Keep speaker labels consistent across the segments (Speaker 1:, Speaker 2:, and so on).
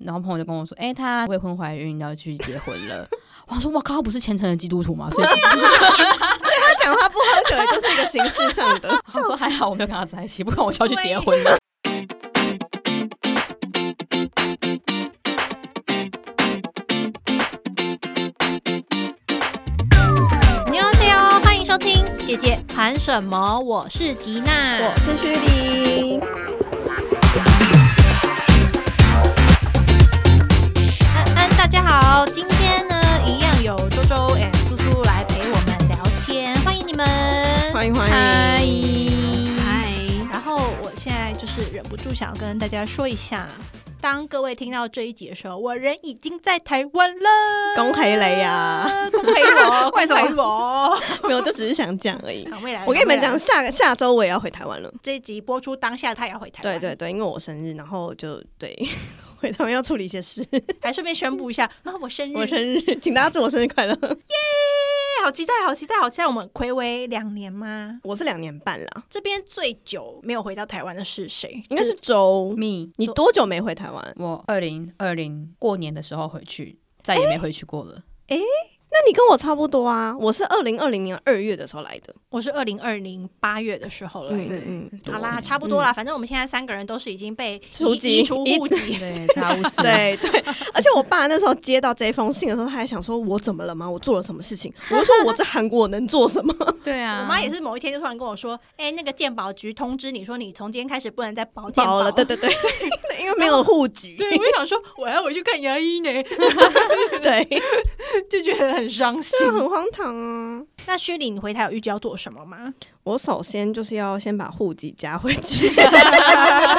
Speaker 1: 然后朋友就跟我说，哎、她未婚怀孕要去结婚 了。我想说，我靠，她不是虔诚的基督徒吗？ 所以
Speaker 2: 他讲他不喝酒，也就是一个形式上的。
Speaker 1: 我说还好我没有跟他在一起，不然我就要去结婚 了。
Speaker 3: 你好，C.O. 欢迎收听《姐姐谈什么》，我是吉娜。
Speaker 2: 我是徐林，
Speaker 3: 安安，大家好，今天呢，一样有周周 and 苏苏来陪我们聊天，欢迎你们，
Speaker 2: 欢迎欢
Speaker 1: 嗨，
Speaker 2: 迎。
Speaker 3: 嗨。然后我现在就是忍不住想要跟大家说一下，当各位听到这一集的时候，我人已经在台湾了，
Speaker 2: 恭喜你啊！
Speaker 3: 恭喜我，
Speaker 1: 为什么
Speaker 3: 恭喜 我？
Speaker 2: 没有，就只是想讲而已。
Speaker 3: 好未来，
Speaker 2: 我跟你们
Speaker 3: 未
Speaker 2: 讲，
Speaker 3: 来，
Speaker 2: 下下周我也要回台湾了。
Speaker 3: 这一集播出当下他也要回台
Speaker 2: 对
Speaker 3: 湾，
Speaker 2: 对对，因为我生日，然后就对 回台湾要处理一些事。
Speaker 3: 还顺便宣布一下啊，我生日，
Speaker 2: 我生日，请大家祝我生日快乐。
Speaker 3: 哎，好期待，好期待，好期待，我们暌违两年吗？
Speaker 2: 我是两年半啦，
Speaker 3: 这边最久没有回到台湾的是谁？
Speaker 2: 应该是周。
Speaker 1: me，
Speaker 2: 你多久没回台湾？
Speaker 1: 我二零二零过年的时候回去，再也没回去过了。
Speaker 2: 那你跟我差不多啊，我是二零二零年二月的时候来的。
Speaker 3: 我是二零二零八月的时候来的。
Speaker 2: 嗯嗯，
Speaker 3: 好啦，差不多啦，反正我们现在三个人都是已经被
Speaker 2: 除
Speaker 3: 移
Speaker 2: 籍
Speaker 3: 移除 户 籍。
Speaker 1: 对，啊差不多。
Speaker 2: 对对，而且我爸那时候接到这封信的时候，他还想说我怎么了吗？我做了什么事情？我就说我在韩国能做什么？
Speaker 1: 对啊，
Speaker 3: 我妈也是某一天就突然跟我说：“哎、那个鉴宝局通知你说你从今天开始不能再 保健
Speaker 2: 饱了，对对对，因为没有户籍，
Speaker 3: 对，我就想说我要回去看牙医 呢，
Speaker 2: 对，
Speaker 3: 就觉
Speaker 1: 啊
Speaker 3: 得很伤心。
Speaker 2: 这很荒唐啊！
Speaker 3: 那薛礼，你回台有预计要做什么吗？
Speaker 2: 我首先就是要先把户籍加回去，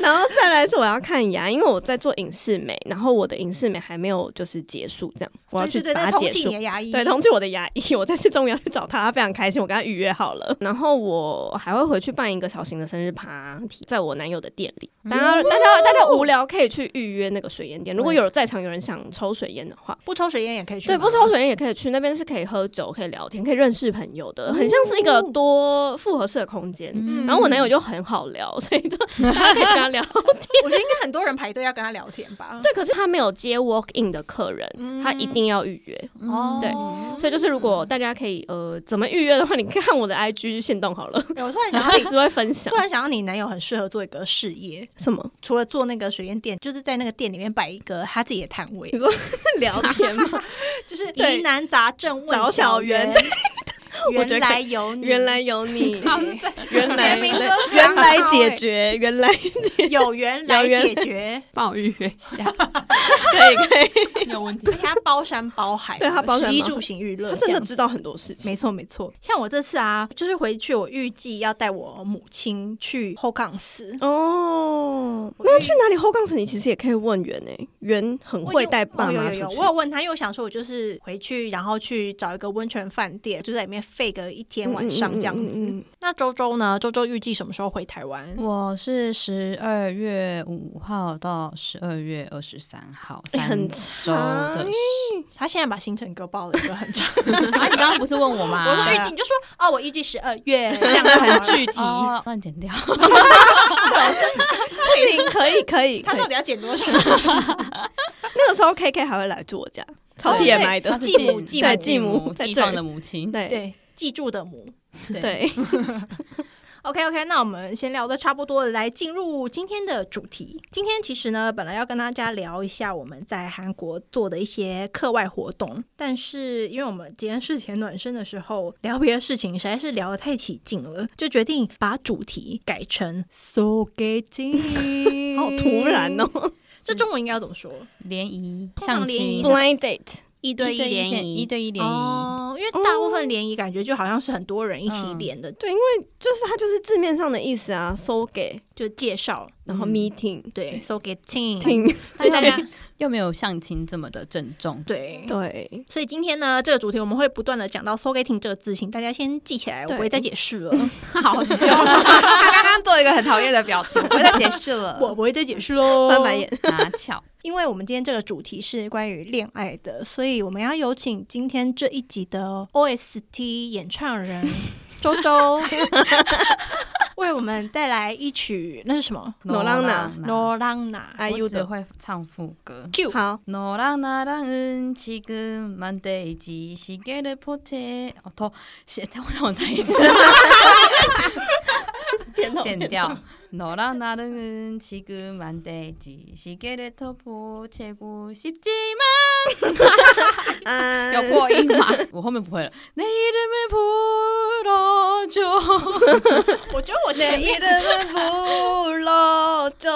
Speaker 2: 然后再来是我要看牙，因为我在做影视美，然后我的影视美还没有就是结束，这样我要去
Speaker 3: 对对
Speaker 2: 把
Speaker 3: 对，
Speaker 2: 它
Speaker 3: 通
Speaker 2: 结
Speaker 3: 气
Speaker 2: 束
Speaker 3: 你。的牙医。
Speaker 2: 对，通知我的牙医，我这次终于要去找他，非常开心，我跟他预约好了。然后我还会回去办一个小型的生日 party，在我男友的店里。大家大家大家无聊可以去预约那个水烟店，如果有在场有人想抽水烟的话。
Speaker 3: 不抽水烟也可以去吗。
Speaker 2: 对，不抽水烟也可以去，那边是可以喝酒、可以聊天、可以认识朋友的，很像是一个多复合式的空间。
Speaker 1: 嗯
Speaker 2: 然后我男友就很好聊，所以就大家可以跟他聊。
Speaker 3: 我觉得应该很多人排队要跟他聊天吧。
Speaker 2: 对，可是他没有接 walk in 的客人，
Speaker 3: 嗯
Speaker 2: 他一定要预约。
Speaker 3: 哦，
Speaker 2: 对所以就是，如果大家可以呃，怎么预约的话，你看我的 IG 限动好了，
Speaker 3: 哎我突 然
Speaker 2: 然
Speaker 3: 想
Speaker 2: 后
Speaker 3: 到
Speaker 2: 时会分享
Speaker 3: 突然想到，你男友很适合做一个事业，
Speaker 2: 什么
Speaker 3: 除了做那个水烟店，就是在那个店里面摆一个他自己的摊 位，
Speaker 2: 聊天 嘛。
Speaker 3: 就是
Speaker 2: 对
Speaker 3: 疑难杂症问
Speaker 2: 找小
Speaker 3: 圆
Speaker 2: 圆。 我
Speaker 3: 原
Speaker 2: 觉得可
Speaker 3: 来有你，
Speaker 2: 原来有你， 原来
Speaker 3: 名字都
Speaker 2: 原
Speaker 3: 想
Speaker 2: 来
Speaker 3: 好
Speaker 2: 解
Speaker 3: 欸
Speaker 2: 决，原来
Speaker 3: 有缘来
Speaker 2: 有缘
Speaker 3: 解决，
Speaker 1: 帮我预约 一下，
Speaker 2: 对，可以
Speaker 1: 有问题
Speaker 3: 而。且他包山包海，
Speaker 2: 对他包山包海
Speaker 3: 食衣住行娱乐，
Speaker 2: 他真
Speaker 3: 这
Speaker 2: 的
Speaker 3: 样子
Speaker 2: 知道很多事情。
Speaker 3: 没错没错。像我这次啊，就是回去，我预计要带我母亲去后杠寺。
Speaker 2: 哦，
Speaker 3: 我
Speaker 2: 那
Speaker 3: 预
Speaker 2: 去哪里后杠时，你其实也可以问圆诶、圆很
Speaker 3: 我
Speaker 2: 会
Speaker 3: 有
Speaker 2: 带爸
Speaker 3: 哦有
Speaker 2: 妈
Speaker 3: 有
Speaker 2: 出
Speaker 3: 有，
Speaker 2: 去
Speaker 3: 我。有问他，因为我想说，我就是回去，然后去找一个温泉饭店，就在里面费个一天晚上这样子。
Speaker 2: 嗯嗯嗯嗯 嗯
Speaker 3: 那周周呢？周周预计什么时候回台湾？
Speaker 1: 我是十二月五号到十二月二十三号，
Speaker 2: 哎
Speaker 1: 三
Speaker 2: 很
Speaker 1: 周的
Speaker 2: 长
Speaker 1: 时。
Speaker 3: 他现在把行程给我报了一个很长，
Speaker 1: 啊，你刚刚不是问我吗？
Speaker 2: 啊
Speaker 3: 我说预计你就说哦，我预计十二 月这样子
Speaker 1: 很
Speaker 3: 好 了
Speaker 1: 具体，哦乱剪掉。
Speaker 2: 不行，可以可以
Speaker 3: 他
Speaker 2: 可
Speaker 3: 到
Speaker 2: 以。
Speaker 3: 底要减多少？
Speaker 2: 那个时候 KK 还会来住我家，超体
Speaker 3: 对
Speaker 2: 也
Speaker 3: 对
Speaker 2: 买的
Speaker 1: 他。是
Speaker 3: 继母继
Speaker 1: 对
Speaker 2: 母
Speaker 1: 继
Speaker 2: 继母
Speaker 1: 母
Speaker 2: 在
Speaker 1: 继
Speaker 2: 这
Speaker 1: 放
Speaker 2: 儿
Speaker 1: 的母亲。
Speaker 2: 对
Speaker 3: 对，记住的母。
Speaker 2: 对，
Speaker 3: OK OK，那我们先聊的差不多了，来进入今天的主题。今天其实呢，本来要跟大家聊一下我们在韩国做的一些课外活动，但是因为我们今天事前暖身的时候聊别的事情，实在是聊得太起劲了，就决定把主题改成 “so getting”。
Speaker 2: 好突然哦！
Speaker 3: 这中文应该要怎么说？
Speaker 1: 联谊、
Speaker 3: 通常
Speaker 1: 相
Speaker 3: 联谊
Speaker 1: 亲、
Speaker 2: Blind date，
Speaker 4: 一
Speaker 1: 一
Speaker 4: 对一联
Speaker 1: 线一
Speaker 4: 谊，
Speaker 1: 对一联谊，
Speaker 3: 哦，因为大部分联谊感觉就好像是很多人一起联的，
Speaker 2: 对，因为就是它就是字面上的意思啊，搜给，
Speaker 3: 就介绍
Speaker 2: 然后
Speaker 1: 嗯
Speaker 2: meeting，
Speaker 3: 对，so getting，
Speaker 2: 听，
Speaker 3: 所以大 家
Speaker 1: 又没有相亲这么的郑 重。
Speaker 3: 对。
Speaker 2: 对，
Speaker 3: 所以今天呢，这个主题我们会不断的讲到 “so getting” 这个字形，大家先记起来，我
Speaker 2: 对
Speaker 3: 不会再解释了，
Speaker 4: 好凶！他刚刚做一个很讨厌的表情，我在解释了。
Speaker 3: 我不会再解释
Speaker 1: 哦
Speaker 3: 喽。
Speaker 2: 翻白眼。
Speaker 1: 拿巧，
Speaker 3: 因为我们今天这个主题是关于恋爱的，所以我们要有请今天这一 集的 OST 演唱人周周。 为我们带来一曲，那是什么？
Speaker 2: 诺浪娜
Speaker 3: 罗浪娜。
Speaker 2: 哎呦
Speaker 1: 我只
Speaker 2: 的
Speaker 1: 会唱副歌。
Speaker 3: Q，
Speaker 2: 好，
Speaker 1: 너랑나랑은 지금 만들지 시계를 포테 어, 더 시,哦让我再一次 剪掉 너랑나랑은 지금 만들지 시계를 더 보채고 싶지만
Speaker 2: 嗯，
Speaker 1: 有破音吗? 뭐 我后面不会了내 이름을 불러줘
Speaker 3: 我觉得我前面，
Speaker 2: 不落就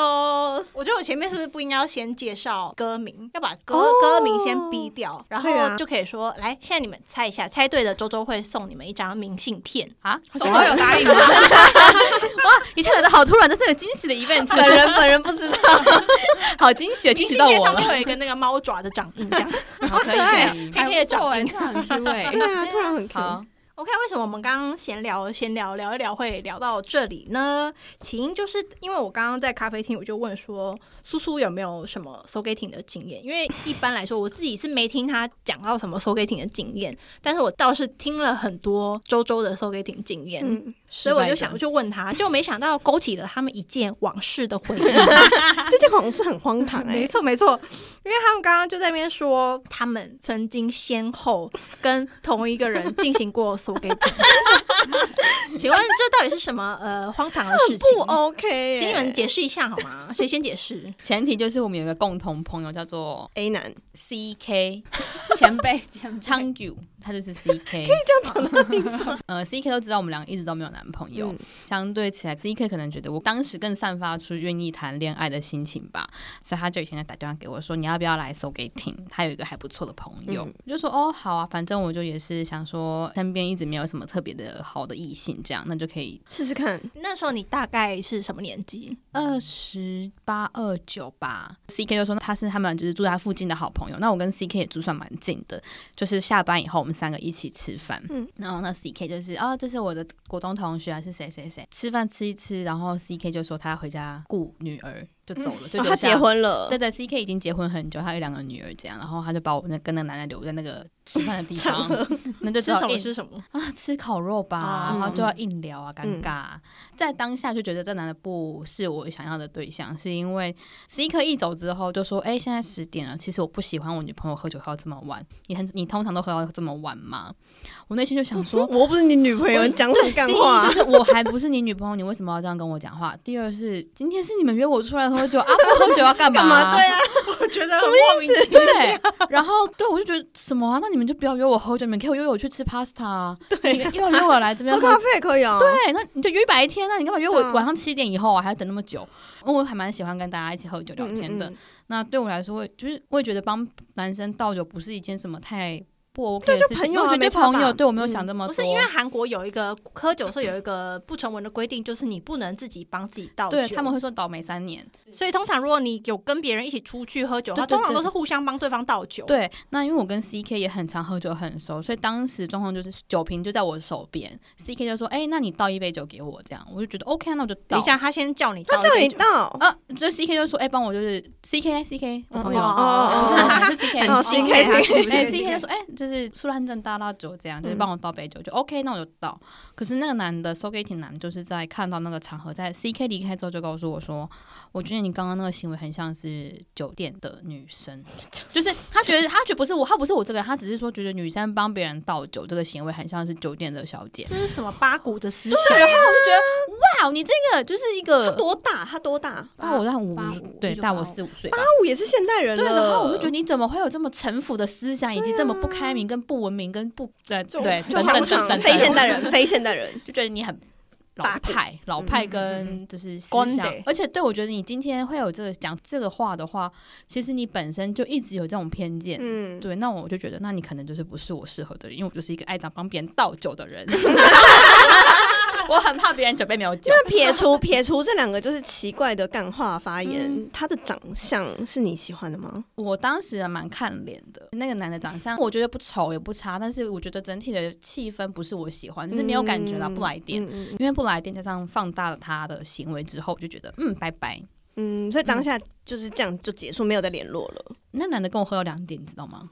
Speaker 3: 我觉得我前面是不是不应该要先介绍歌名，要把歌、
Speaker 2: 哦
Speaker 3: 歌名先逼掉，然
Speaker 2: 对啊
Speaker 3: 后就可以说，来，现在你们猜一下，猜对的周周会送你们一张明信 片。
Speaker 1: 啊
Speaker 4: 周周有答应吗？
Speaker 1: 어, 아,哇，一切来的好突然，这是个惊喜的event，
Speaker 3: 아,
Speaker 2: 本人本人不知道，
Speaker 1: 아,
Speaker 3: 明信片上面
Speaker 1: 哎好惊喜，惊喜到我了。
Speaker 3: 有一个那个猫爪的掌印，这样
Speaker 1: 아,好，可以，可以。
Speaker 3: 还可以找
Speaker 4: 哎，这很 Q 哎
Speaker 2: 对。啊，突然很 Q，
Speaker 1: 好，
Speaker 3: OK，为什 么我们刚刚闲聊闲聊聊一聊会聊到这里呢？起因就是因为我刚刚在咖啡厅，我就问说苏苏有没有什么 s o g a t i n g 的经验？因为一般来说我自己是没听他讲到什么 s o g a t i n g 的经验，但是我倒是听了很多周周的 s o g a t i n g 经验。
Speaker 2: 嗯，
Speaker 3: 所以我就想去问他，就没想到勾起了他们一件往事的回忆。
Speaker 2: 这件好像是很荒唐哎、
Speaker 3: 没错没错，因为他们刚刚就在那边说，他们曾经先后跟同一个人进行过 s o g a t i n g 请问这到底是什么呃荒唐的事情
Speaker 2: 不？OK，、欸、
Speaker 3: 请你们解释一下好吗？谁先解释？
Speaker 1: 前提就是我们有一个共同朋友叫做
Speaker 2: A 男，
Speaker 1: C K
Speaker 4: 前辈，前辈，
Speaker 1: 昌久，他就是 C K。呃，C K 都知道我们两个一直都没有男朋友，
Speaker 2: 嗯
Speaker 1: 相对起来，C K 可能觉得我当时更散发出愿意谈恋爱的心情吧，所以他就以前就打电话给我说，你要不要来搜给听？他有一个还不错的朋友，
Speaker 2: 嗯
Speaker 1: 我就说哦好啊，反正我就也是想说身边一直没有什么特别的好的异性，这样那就可以
Speaker 2: 试试看，
Speaker 3: 那时候你大概是什么年纪？
Speaker 1: 二十八、二九吧。C K 就说他是他们就是住在附近的好朋友，那我跟 C K 也住算蛮近的，就是下班以后我们三个一起吃饭。
Speaker 2: 嗯
Speaker 1: 然后那 C K 就是哦，这是我的国中同学啊，是谁谁谁。吃饭吃一吃，然后 C K 就说他要回家顾女儿，就走了，就
Speaker 2: 哦
Speaker 1: 留
Speaker 2: 他
Speaker 1: 下
Speaker 2: 结。婚了，
Speaker 1: 对对，C K 已经结婚很久，他有两个女儿这样，然后他就把我那跟那个男的留在那个吃饭的地
Speaker 2: 场
Speaker 1: 方，那就
Speaker 3: 吃
Speaker 1: 只好
Speaker 3: 什么
Speaker 1: 硬
Speaker 3: 吃什么？
Speaker 1: 啊，吃烤肉吧，
Speaker 3: 哦
Speaker 1: 然后就要硬聊啊，尴尬
Speaker 2: 嗯
Speaker 1: 啊、在当下就觉得这男的不是我想要的对象，是因为十一克一走之后就说，哎、现在十点了，其实我不喜欢我女朋友喝酒喝到这么晚。你很，你通常都喝到这么晚吗？我内心就想说，
Speaker 2: 我又不是你女朋友，你讲哦什么干
Speaker 1: 第一
Speaker 2: 话
Speaker 1: 就？是我还不是你女朋友，你为什么要这样跟我讲话？第二是今天是你们约我出来喝酒啊， 不喝酒要干嘛？
Speaker 2: 干嘛？对啊，
Speaker 3: 我觉得什么意思？
Speaker 1: 对，然后对我就觉得什么啊？那你们就不要约我喝酒，你们可以约我去吃 pasta，啊你
Speaker 2: 对，
Speaker 1: 们又约我来这边
Speaker 2: 喝
Speaker 1: 喝
Speaker 2: 咖啡也可以啊。对，
Speaker 1: 对，那你就约白天，那你干嘛约
Speaker 2: 对啊
Speaker 1: 我晚上七点以后啊？还要等那么久？因为我还蛮喜欢跟大家一起喝酒聊天的。
Speaker 2: 嗯嗯
Speaker 1: 那对我来说，我也就是我也觉得帮男生倒酒不是一件什么太不 OK 的事情，
Speaker 2: 朋友
Speaker 1: 因为我
Speaker 2: 啊
Speaker 1: 觉
Speaker 2: 没
Speaker 1: 得对
Speaker 2: 差
Speaker 1: 朋友，
Speaker 2: 吧
Speaker 1: 对我没有
Speaker 2: 嗯
Speaker 1: 想这么
Speaker 3: 不
Speaker 1: 多。
Speaker 3: 是因为韩国有一个喝酒的时候有一个不成文的规定，就是你不能自己帮自己倒酒。
Speaker 1: 对他们会说倒霉三年。
Speaker 3: 所以通常如果你有跟别人一起出去喝酒的话，
Speaker 1: 对对
Speaker 3: 通常都
Speaker 1: 对
Speaker 3: 是互相帮对方倒酒。
Speaker 1: 对，那因为我跟 CK 也很常喝酒，很熟，所以当时状况就是酒瓶就在我手边，CK 就说：“哎、那你倒一杯酒给我。”这样我就觉得 OK，啊那我就倒
Speaker 3: 等一。下他先叫你倒
Speaker 2: 他
Speaker 3: 一
Speaker 2: 叫
Speaker 3: 杯
Speaker 2: 你
Speaker 3: 酒，
Speaker 2: 到，
Speaker 1: 啊，就 CK 就说：“哎、帮我就是 CK CK 我朋友，
Speaker 3: 哦
Speaker 2: 哦
Speaker 1: 不是
Speaker 2: 哦
Speaker 1: 他是 CK，
Speaker 2: 哦
Speaker 1: 很近
Speaker 2: CK
Speaker 1: 哎
Speaker 2: CK
Speaker 1: 哎，C K 就说，哎、就是苏兰镇大辣酒这样，就是
Speaker 2: 嗯
Speaker 1: 帮我倒杯酒，就 OK，那我就倒。可是那个男的 s o g a t i n 男，就是在看到那个场合，在 C K 离开之后，就告诉我说，我觉得你刚刚那个行为很像是酒店的女 生，就是他觉得他觉得不是我，他不是我这个人，他只是说觉得女生帮别人倒酒这个行为很像是酒店的小姐。
Speaker 3: 这是什么八股的思想？
Speaker 1: 哇，你这个就是一
Speaker 2: 他
Speaker 1: 个。
Speaker 2: 多大？他多大？
Speaker 1: 大我大五
Speaker 4: 八
Speaker 1: 十
Speaker 4: 五
Speaker 1: 对，
Speaker 4: 就
Speaker 1: 大
Speaker 4: 八
Speaker 1: 我
Speaker 4: 五
Speaker 1: 四五岁吧。
Speaker 2: 那我也是现代人
Speaker 1: 对，然后我就觉得
Speaker 2: 得
Speaker 1: 你怎么会有这么城府的思想，以及这么不开明、跟不文明、跟不对
Speaker 2: 就
Speaker 1: 对
Speaker 2: 啊就
Speaker 1: 等
Speaker 2: 想
Speaker 1: 等
Speaker 2: 不
Speaker 1: 等
Speaker 2: 想
Speaker 1: 等，
Speaker 2: 非现代人，非现 代人。
Speaker 1: 就觉得你很老
Speaker 2: 八股
Speaker 1: 派，老
Speaker 2: 嗯
Speaker 1: 派跟就是思想
Speaker 3: Grande，
Speaker 1: 而且对我觉得你今天会有这个讲这个话的话，其实你本身就一直有这种偏见。
Speaker 2: 嗯，
Speaker 1: 对，那我就觉得，那你可能就是不是我适合的人，因为我就是一个爱当帮别人倒酒的人， 我很怕别人酒杯没有酒。
Speaker 2: 那撇除撇除这两个就是奇怪的干话发言
Speaker 1: 嗯，
Speaker 2: 他的长相是你喜欢的吗？
Speaker 1: 我当时还蛮看脸的，那个男的长相我觉得不丑也不差，但是我觉得整体的气氛不是我喜欢，就是没有感觉到
Speaker 2: 嗯
Speaker 1: 不来电。
Speaker 2: 嗯嗯嗯
Speaker 1: 因为不来电加上放大了他的行为之后，我就觉得嗯拜拜。嗯
Speaker 2: 嗯，所以当下就是这样就结束，没有再联络了。
Speaker 1: 那男的跟我喝到两点，你知道吗？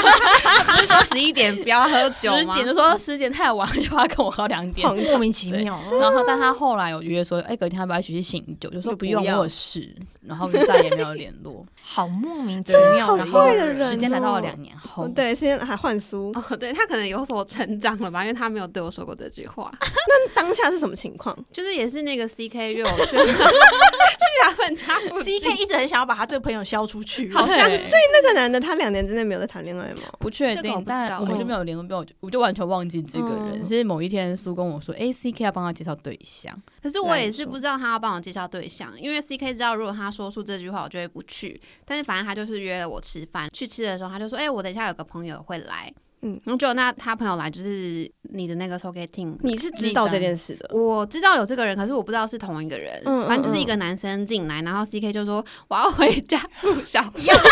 Speaker 4: 不是十一点不要喝酒
Speaker 1: 十
Speaker 4: 吗？
Speaker 1: 点就说十点太晚， 就要跟我喝两点。
Speaker 3: 莫名其妙。
Speaker 1: 然后，但他后来有约说，哎、隔天要不要一起去醒酒？就说不
Speaker 2: 就不
Speaker 1: 用，我
Speaker 2: 要
Speaker 1: 有事。然后就再也没有联 络。
Speaker 3: 好莫名其
Speaker 1: 对
Speaker 3: 妙，
Speaker 2: 好
Speaker 1: 然后
Speaker 2: 怪的人、哦。
Speaker 1: 时间来到了两年后，
Speaker 2: 对，现在还换苏。
Speaker 4: 哦， 对他可能有所成长了吧，因为他没有对我说过这句话。
Speaker 1: 嗯
Speaker 2: 那当下是什么情况？
Speaker 4: 就是也是那个 CK 约我去 去他们家附近
Speaker 3: CK 一直很想要把他这个朋友消出去，
Speaker 4: 好像
Speaker 1: 对
Speaker 2: 所以那个男的他两年之内没有在谈恋爱吗？
Speaker 1: 不嗯确
Speaker 4: 这个
Speaker 1: 定，
Speaker 4: 我不知
Speaker 1: 但
Speaker 4: 道
Speaker 1: 我们
Speaker 4: 欸
Speaker 1: 就没有联络，我就我就完全忘记这个人。
Speaker 2: 嗯
Speaker 1: 是某一天苏跟我说，哎，C K 要帮他介绍对象，
Speaker 4: 可是我也是不知道他要帮我介绍对象，因为 C K 知道如果他说出这句话，我就会不去。但是反正他就是约了我吃饭，去吃的时候他就说：“哎、我等一下有个朋友会来。”嗯
Speaker 2: 嗯，
Speaker 4: 然后就那他朋友来就是你的那个 Soul Team，
Speaker 2: 你是知道这件事的，
Speaker 4: 我知道有这个人，可是我不知道是同一个人。
Speaker 2: 嗯嗯
Speaker 4: 反正就是一个男生进来，然后 C K 就说：“我要回家 路上。
Speaker 3: 一样套路，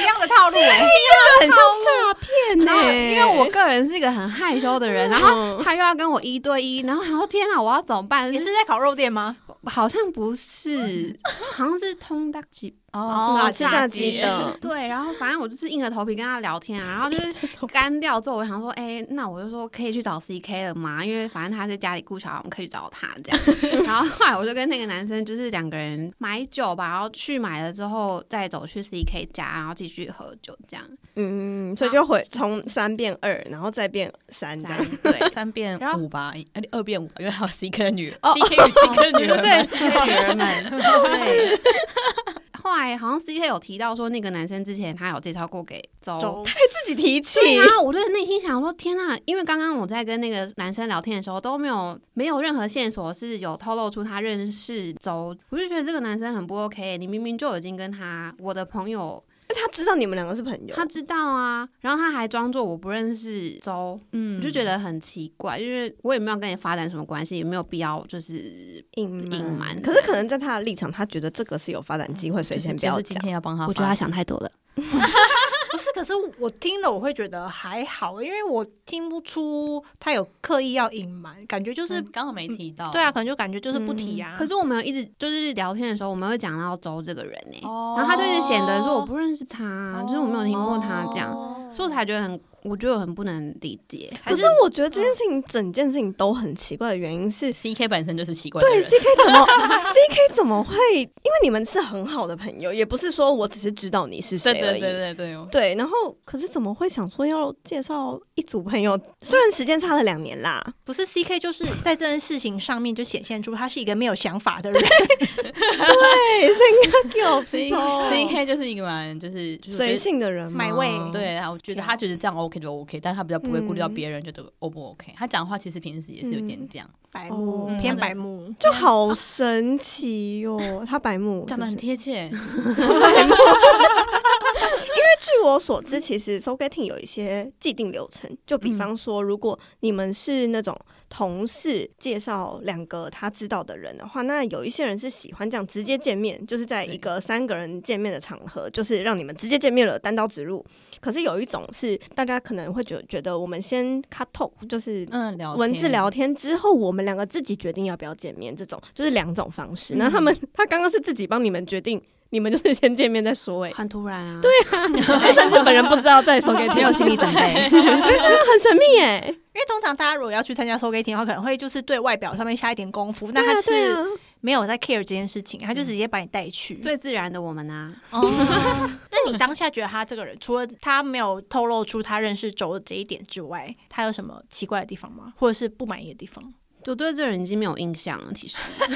Speaker 3: 一样的套路。
Speaker 2: 很像诈骗
Speaker 4: 然后
Speaker 2: 呢。
Speaker 4: 因为我个人是一个很害羞的人，然 后
Speaker 2: 嗯
Speaker 4: 他又要跟我一对一，然后然后天啊，我要怎么办？
Speaker 3: 你是在烤肉店吗？
Speaker 4: 好像不是，好像是通大几
Speaker 1: 哦
Speaker 3: 哦
Speaker 2: 吃炸鸡的，嗯
Speaker 4: 对，然后反正我就是硬着头皮跟他聊天啊，然后就是干掉之后，我想说，哎、那我就说可以去找 CK 了嘛，因为反正他在家里顾小孩，我们可以去找他这样。然后后来我就跟那个男生就是两个人买酒吧，然后去买了之后再走去 CK 家，然后继续喝酒这样。
Speaker 2: 嗯，所以就回从三变二，然后再变三这
Speaker 4: 三
Speaker 2: 样。
Speaker 4: 对
Speaker 1: 三变
Speaker 4: 然后
Speaker 1: 五吧，哎，二变五吧，因为还有 C K 的女
Speaker 2: 哦
Speaker 1: C K 与 C K 的女儿
Speaker 4: 对
Speaker 1: 们，
Speaker 4: ，CK 女儿们，对。后来好像 CK 有提到说，那个男生之前他有介绍过给周
Speaker 2: 他还自己提起，
Speaker 4: 对啊，我就内心想说，天啊！因为刚刚我在跟那个男生聊天的时候，都没有没有任何线索是有透露出他认识周，我就觉得这个男生很不 OK。你明明就已经跟他我的朋友，
Speaker 2: 他知道你们两个是朋友，
Speaker 4: 他知道啊，然后他还装作我不认识周，
Speaker 1: 嗯
Speaker 4: 我就觉得很奇怪，因为我也没有跟你发展什么关系，也没有必要就是
Speaker 2: 隐瞒
Speaker 4: 隐瞒
Speaker 2: 可是可能在他的立场，他觉得这个是有发展机会，所
Speaker 1: 就
Speaker 2: 以
Speaker 1: 是
Speaker 2: 先不
Speaker 1: 就
Speaker 2: 要
Speaker 1: 是今
Speaker 2: 讲。
Speaker 1: 天要帮他，
Speaker 4: 我觉得他想太多了。
Speaker 3: 不是，可是我听了我会觉得还好，因为我听不出他有刻意要隐瞒，感觉就、
Speaker 1: 就是刚好没提到，
Speaker 3: 对啊，可能就感觉就是不提啊。
Speaker 4: 可是我们有一直就是聊天的时候，我们会讲到周这个人呢、
Speaker 1: 哦，
Speaker 4: 然后他就一直显得说我不认识他，就是我没有听过他这样。
Speaker 3: 哦
Speaker 4: 所以我才觉得很，我觉得我很不能理解。
Speaker 2: 可是我觉得这件事
Speaker 1: 嗯
Speaker 2: 情，整件事情都很奇怪的原 因是，
Speaker 1: C K 本身就是奇怪的
Speaker 2: 对
Speaker 1: 人，
Speaker 2: C K 怎么 C K 怎么会？因为你们是很好的朋友，也不是说我只是知道你是谁
Speaker 1: 对
Speaker 2: 而
Speaker 1: 对
Speaker 2: 已。
Speaker 1: 对对对哦，
Speaker 2: 对，然后可是怎么会想说要介绍一组
Speaker 1: 嗯
Speaker 2: 朋友？虽然时间差了两年啦，
Speaker 3: 不是 C K 就是在这件事情上面就显现出他是一个没有想法的人，
Speaker 2: 对，是应该
Speaker 1: C
Speaker 2: 给我
Speaker 1: C K 就是一个蛮就是就是
Speaker 2: 随性的人吗，
Speaker 3: 买位
Speaker 1: 对啊，我觉得他觉得这样 OK 就 OK，但他比较不会顾虑到
Speaker 2: 嗯
Speaker 1: 别人觉得 O 不 OK。他讲话其实平时也是有点这样，
Speaker 3: 白目、
Speaker 2: 嗯
Speaker 3: 偏白目。
Speaker 2: 就好神奇哟、他白目
Speaker 1: 讲哦的很
Speaker 2: 是不是
Speaker 1: 贴切。
Speaker 2: 据我所知，其实 so getting 有一些既定流程，就
Speaker 1: 嗯
Speaker 2: 比方说，如果你们是那种同事介绍两个他知道的人的话，那有一些人是喜欢这样直接见面，就是在一个三个人见面的场合，就是让你们直接见面了，单刀直入。可是有一种是大家可能会觉觉得，我们先 cut talk，就是
Speaker 1: 嗯，聊
Speaker 2: 文字
Speaker 1: 天
Speaker 2: 聊天之后，我们两个自己决定要不要见面，这种就是两种方式。
Speaker 1: 嗯
Speaker 2: 那他们他刚刚是自己帮你们决定，你们就是先见面再说、欸，
Speaker 4: 很突然啊，对，
Speaker 2: 甚至本人不知道再说给
Speaker 4: 没
Speaker 2: 听
Speaker 4: 有
Speaker 2: 友心
Speaker 4: 心 理
Speaker 2: 里
Speaker 4: 准备。
Speaker 2: 很神秘哎。
Speaker 3: 因为通常大家如果要去参加 So K 听的话，可能会就是对外表上面下一点功夫，那
Speaker 2: 对
Speaker 3: 他
Speaker 2: 啊对
Speaker 3: 是
Speaker 2: 啊
Speaker 3: 没有在 care 这件事情，他就直接把你带去。
Speaker 4: 最自然的我们啊，
Speaker 3: 哦， 那你当下觉得他这个人，除了他没有透露出他认识周的这一点之外，他有什么奇怪的地方吗？或者是不满意的地方？
Speaker 4: 我对这个人已经没有印象了。其实
Speaker 2: 啊所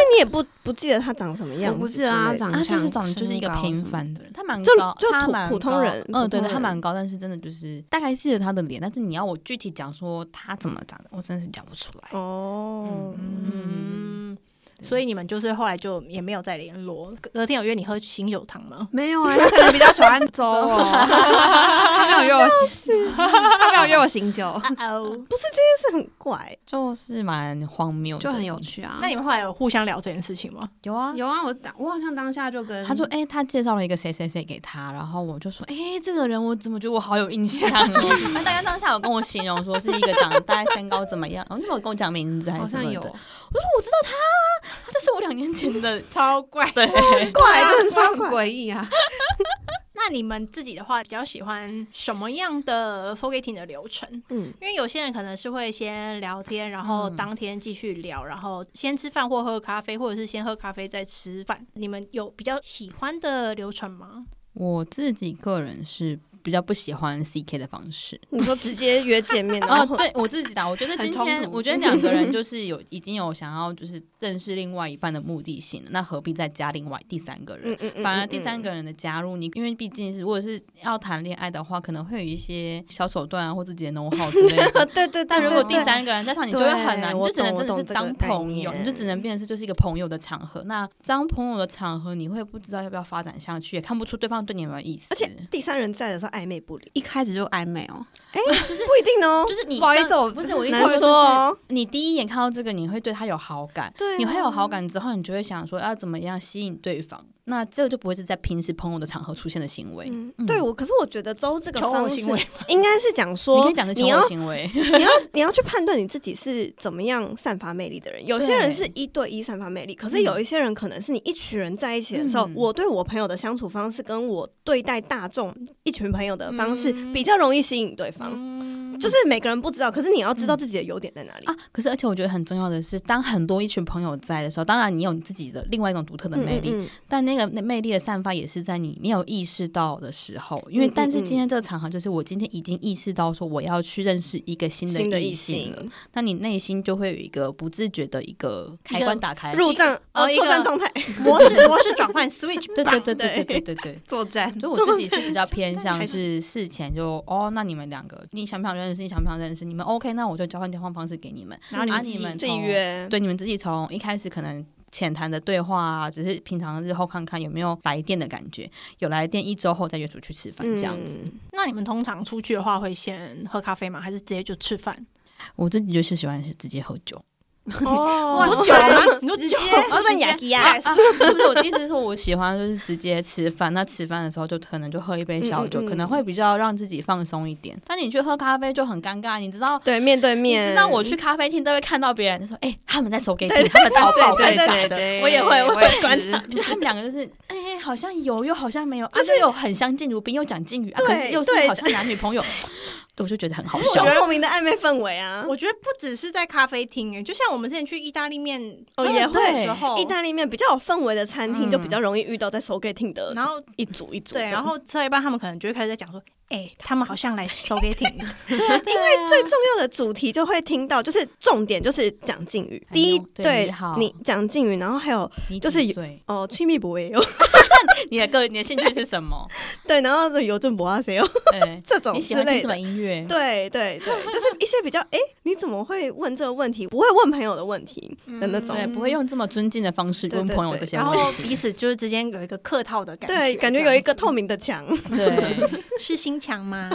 Speaker 2: 以你也不不记得他长什么样子，
Speaker 4: 我不记得他。长
Speaker 1: 他
Speaker 4: 相，
Speaker 1: 啊就
Speaker 4: 啊
Speaker 1: 是长得就是一个平凡的人，他蛮高，
Speaker 2: 就就
Speaker 1: 他
Speaker 2: 普
Speaker 1: 蛮
Speaker 2: 普通
Speaker 1: 高
Speaker 2: 人
Speaker 1: 嗯，
Speaker 2: 普
Speaker 1: 对对，
Speaker 2: 通
Speaker 1: 他
Speaker 2: 人
Speaker 1: 蛮高，但是真的就是大概记得他的脸，但是你要我具体讲说他怎么长的，我真的是讲不出来。
Speaker 2: 哦，
Speaker 3: 嗯，所以你们就是后来就也没有再联络。隔天有约你喝醒酒汤吗？
Speaker 4: 没有哎、他可能比较喜欢周 哦，他没有约我行，他没有约我醒酒，
Speaker 3: 哦，
Speaker 2: 但是很怪，
Speaker 1: 就是蛮荒谬的，
Speaker 4: 就很有趣啊。
Speaker 3: 那你们后来有互相聊这件事情吗？
Speaker 1: 有啊。
Speaker 4: 有啊？我当我好像当下就跟
Speaker 1: 他说：“哎、他介绍了一个谁谁谁给他，然后我就说：哎、这个人我怎么觉得我好有印象 哦？那大家当下有跟我形容说是一个长得大概身高怎么样，哦然后那时候有跟我讲名字还
Speaker 4: 好
Speaker 1: 是什
Speaker 4: 像
Speaker 1: 么
Speaker 4: 有
Speaker 1: 的，，我说我知道他啊，他就是我两年前的，
Speaker 3: 超怪
Speaker 2: 啊
Speaker 1: 对，
Speaker 4: 啊
Speaker 2: 怪真的超
Speaker 4: 很
Speaker 2: 怪。
Speaker 4: 诡异啊。
Speaker 3: 那你们自己的话，比较喜欢什么样的 f o r g e t t i n g 的流程？
Speaker 2: 嗯，
Speaker 3: 因为有些人可能是会先聊天，然后
Speaker 1: 嗯
Speaker 3: 当天继续聊，然后先吃饭或喝咖啡，或者是先喝咖啡再吃饭。你们有比较喜欢的流程吗？
Speaker 1: 我自己个人是比较不喜欢 CK 的方式。
Speaker 2: 你说直接约见面，
Speaker 1: 哦
Speaker 2: 然，后
Speaker 1: 对我自己的，我觉得
Speaker 4: 很
Speaker 1: 今
Speaker 4: 冲
Speaker 1: 天
Speaker 4: 突
Speaker 1: 我觉得两个人就是有已经有想要就是认识另外一半的目的性了，那何必再加另外第三个人？
Speaker 2: 嗯嗯嗯
Speaker 1: 反而第三
Speaker 2: 嗯
Speaker 1: 个人的加入，你因为毕竟是如果是要谈恋爱的话，可能会有一些小手段啊，或自己的 know how 之类
Speaker 2: 啊，
Speaker 1: 的。
Speaker 2: 对对，
Speaker 1: 但
Speaker 2: 对
Speaker 1: 如果
Speaker 2: 对
Speaker 1: 第
Speaker 2: 对
Speaker 1: 三个人在场，你就会很难，
Speaker 2: 对
Speaker 1: 你就只能
Speaker 2: 我
Speaker 1: 真
Speaker 2: 懂
Speaker 1: 的
Speaker 2: 我
Speaker 1: 是
Speaker 2: 懂这个
Speaker 1: 当朋友，
Speaker 2: 概
Speaker 1: 你
Speaker 2: 念
Speaker 1: 就只能变成是就是一个朋友的场合。那当朋友的场合，你会不知道要不要发展下去，也看不出对方对你有没有意思。
Speaker 2: 而且第三人在的时候暧昧不理，
Speaker 4: 一开始就暧昧哦，
Speaker 2: 哎，就是不一定哦
Speaker 1: 就，是你
Speaker 4: 不好意思
Speaker 1: 当
Speaker 4: 我
Speaker 1: 不是我意思
Speaker 2: 难
Speaker 1: 是
Speaker 2: 说哦，
Speaker 1: 你第一眼看到这个，你会对他有好感，
Speaker 2: 对啊
Speaker 1: 你会有好感之后，你就会想说要怎么样吸引对方。那这个就不会是在平时朋友的场合出现的行为，
Speaker 2: 嗯
Speaker 1: 嗯，
Speaker 2: 对我，可是我觉得周这个
Speaker 3: 求偶
Speaker 2: 方式
Speaker 3: 行为，
Speaker 2: 应该是讲
Speaker 1: 你
Speaker 2: 说，
Speaker 1: 可以讲是求
Speaker 2: 你要
Speaker 1: 偶行为，
Speaker 2: 你要你要去判断你自己是怎么样散发魅力的人。有些人是一对一散发魅力，可是有一些人可能是你一群人在一起的时候，
Speaker 1: 嗯
Speaker 2: 我对我朋友的相处方式跟我对待大众一群朋友的方式
Speaker 3: 嗯
Speaker 2: 比较容易吸引对方。
Speaker 3: 嗯，
Speaker 2: 就是每个人不知道，可是你要知道自己的优点在哪里。
Speaker 1: 啊，可是而且我觉得很重要的是，当很多一群朋友在的时候，当然你有你自己的另外一种独特的
Speaker 2: 嗯
Speaker 1: 魅力，
Speaker 2: 嗯嗯
Speaker 1: 但那个那魅力的散发也是在你没有意识到的时候，因为
Speaker 2: 嗯嗯
Speaker 1: 但是今
Speaker 2: 嗯
Speaker 1: 天这个场合就是我今天已经意识到说我要去认识一个新
Speaker 2: 新的
Speaker 1: 异
Speaker 2: 异
Speaker 1: 性
Speaker 2: 性
Speaker 1: 了，那你内心就会有一个不自觉的一个开关打开，
Speaker 2: 入战
Speaker 3: 哦
Speaker 2: 呃
Speaker 3: 一个
Speaker 2: 作战状态，
Speaker 3: 模式模式转换 switch，
Speaker 1: 对对
Speaker 3: 吧
Speaker 1: 对对对对对对。
Speaker 4: 作战
Speaker 1: 所以我自 己是比较偏向是事前就哦，那你们两个你想不想认识？你想不想认识？你们 OK，那我就交换交换方式给你们，
Speaker 3: 然后 你
Speaker 1: 啊
Speaker 3: 们
Speaker 1: 你
Speaker 3: 自己
Speaker 1: 们
Speaker 2: 自己
Speaker 1: 从
Speaker 2: 约。
Speaker 1: 对，你们自己从一开始可能浅谈的对话啊，只是平常日后看看有没有来电的感觉，有来电一周后再约出去吃饭这样子。
Speaker 2: 嗯
Speaker 3: 那你们通常出去的话，会先喝咖啡吗？还是直接就吃饭？
Speaker 1: 我自己就是喜欢是直接喝酒，
Speaker 2: 哦，
Speaker 3: 哇
Speaker 2: 我
Speaker 3: 酒吗？ 你说
Speaker 4: 直
Speaker 3: 直
Speaker 4: 接
Speaker 3: 接
Speaker 2: 说的雅基啊，
Speaker 1: 不是我的意思是说，我喜欢就是直接吃饭。那吃饭的时候就可能就喝一杯小酒，
Speaker 2: 嗯嗯嗯
Speaker 1: 可能会比较让自己放松一点。但你去喝咖啡就很尴尬，你知道
Speaker 2: 对面对
Speaker 1: 你
Speaker 2: 面，
Speaker 1: 知道我去咖啡厅都会看到别人，就说：“哎、他们在手给 你，他们超爆尴尬的。”
Speaker 2: 我也会，我会观察。
Speaker 1: 就他们两个就是，哎、好像有，又好像没有，啊
Speaker 2: 就是
Speaker 1: 又有很相敬如宾，又讲敬语啊，
Speaker 2: 对
Speaker 1: 可是又是
Speaker 2: 对
Speaker 1: 好像男女朋友，我就觉得很好
Speaker 2: 小
Speaker 1: 笑。
Speaker 2: 莫名的暧昧氛围啊，
Speaker 3: 我觉得不只是在咖啡厅，哎，就像我们之前去意大利面
Speaker 2: 哦
Speaker 3: 那个
Speaker 2: 也会
Speaker 3: 时候
Speaker 2: 意大利面比较有氛围的餐厅，
Speaker 1: 嗯
Speaker 2: 就比较容易遇到在手给厅的
Speaker 3: 然后
Speaker 2: 一组一组这
Speaker 3: 对，
Speaker 2: 样。
Speaker 3: 然后吃到一半，他们可能就会开始在讲说，哎，他们好像来收 给挺
Speaker 2: 啊
Speaker 1: 因
Speaker 3: 的，
Speaker 1: 为
Speaker 2: 最重要的主题就会听到，就是重点就是讲敬语。
Speaker 1: 哎呦
Speaker 2: 第一，
Speaker 1: 对你
Speaker 2: 对
Speaker 1: 好
Speaker 2: 你讲敬语，然后还有
Speaker 1: 最
Speaker 2: 就是有
Speaker 1: 你
Speaker 2: 哦，亲密博也有
Speaker 1: 的个你的兴趣是什么？
Speaker 2: 对，然后邮政博啊谁有
Speaker 1: 对，
Speaker 2: 这种
Speaker 1: 你喜
Speaker 2: 之
Speaker 1: 欢听
Speaker 2: 类
Speaker 1: 什么
Speaker 2: 的。
Speaker 1: 音乐？
Speaker 2: 对对对， 就是一些比较哎，你怎么会问这个问题？不会问朋友的问题的那种
Speaker 1: 对，，不会用这么尊敬的方式
Speaker 2: 对
Speaker 1: 问
Speaker 2: 对
Speaker 1: 朋友
Speaker 2: 对
Speaker 1: 这些
Speaker 3: 然
Speaker 1: 问
Speaker 3: 后彼此就是之间有一个客套的感觉，
Speaker 2: 对，感觉
Speaker 3: 这样
Speaker 2: 有一个
Speaker 3: 子
Speaker 2: 透明的 墙。
Speaker 1: 题。 对，
Speaker 3: 是心墙吗？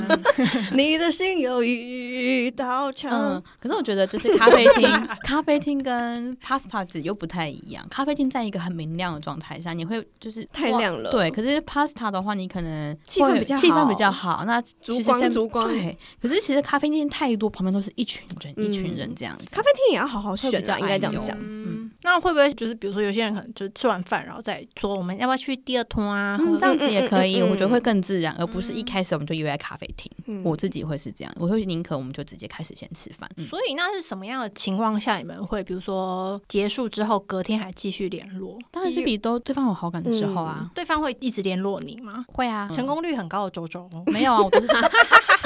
Speaker 2: 你的心有一道墙
Speaker 1: 嗯，，可是我觉得就是咖啡 厅，咖啡厅跟 pasta 纸又不太一样。咖啡厅在一个很明亮的状态下，你会就是
Speaker 2: 太
Speaker 1: 哇
Speaker 2: 亮了。
Speaker 1: 对，可是 pasta 的话，你可能
Speaker 2: 气氛
Speaker 1: 会
Speaker 2: 比较
Speaker 1: 气氛比
Speaker 2: 好
Speaker 1: 较好。那
Speaker 2: 烛
Speaker 1: 其实
Speaker 2: 光
Speaker 1: 身
Speaker 2: 烛光
Speaker 1: 对，可是其实咖啡店太多，旁边都是一群人、一群人
Speaker 2: 嗯
Speaker 1: 这样子。
Speaker 2: 咖啡厅也要好好
Speaker 1: 会
Speaker 2: 选
Speaker 1: 比较
Speaker 2: 啦，应该这
Speaker 1: 有
Speaker 2: 样讲。
Speaker 3: 嗯，那会不会就是比如说有些人可能就吃完饭，然后再说我们要不要去第二通啊？
Speaker 1: 嗯，
Speaker 3: 或
Speaker 1: 这
Speaker 3: 者
Speaker 1: 样子也可以，
Speaker 2: 嗯嗯嗯
Speaker 1: 我觉得会更自然，而不是一开始我们就约在咖啡厅。
Speaker 2: 嗯
Speaker 1: 我自己会是这样，我会宁可我们就直接开始先吃饭。嗯，
Speaker 3: 所以那是什么样的情况下你们会比如说结束之后隔天还继续联络？
Speaker 1: 当然是比都对方有好感的时候
Speaker 2: 嗯
Speaker 1: 啊，
Speaker 3: 对方会一直联络你吗？
Speaker 1: 会啊，
Speaker 3: 成功率很高的周周，
Speaker 2: 嗯
Speaker 1: 没有啊，我都 是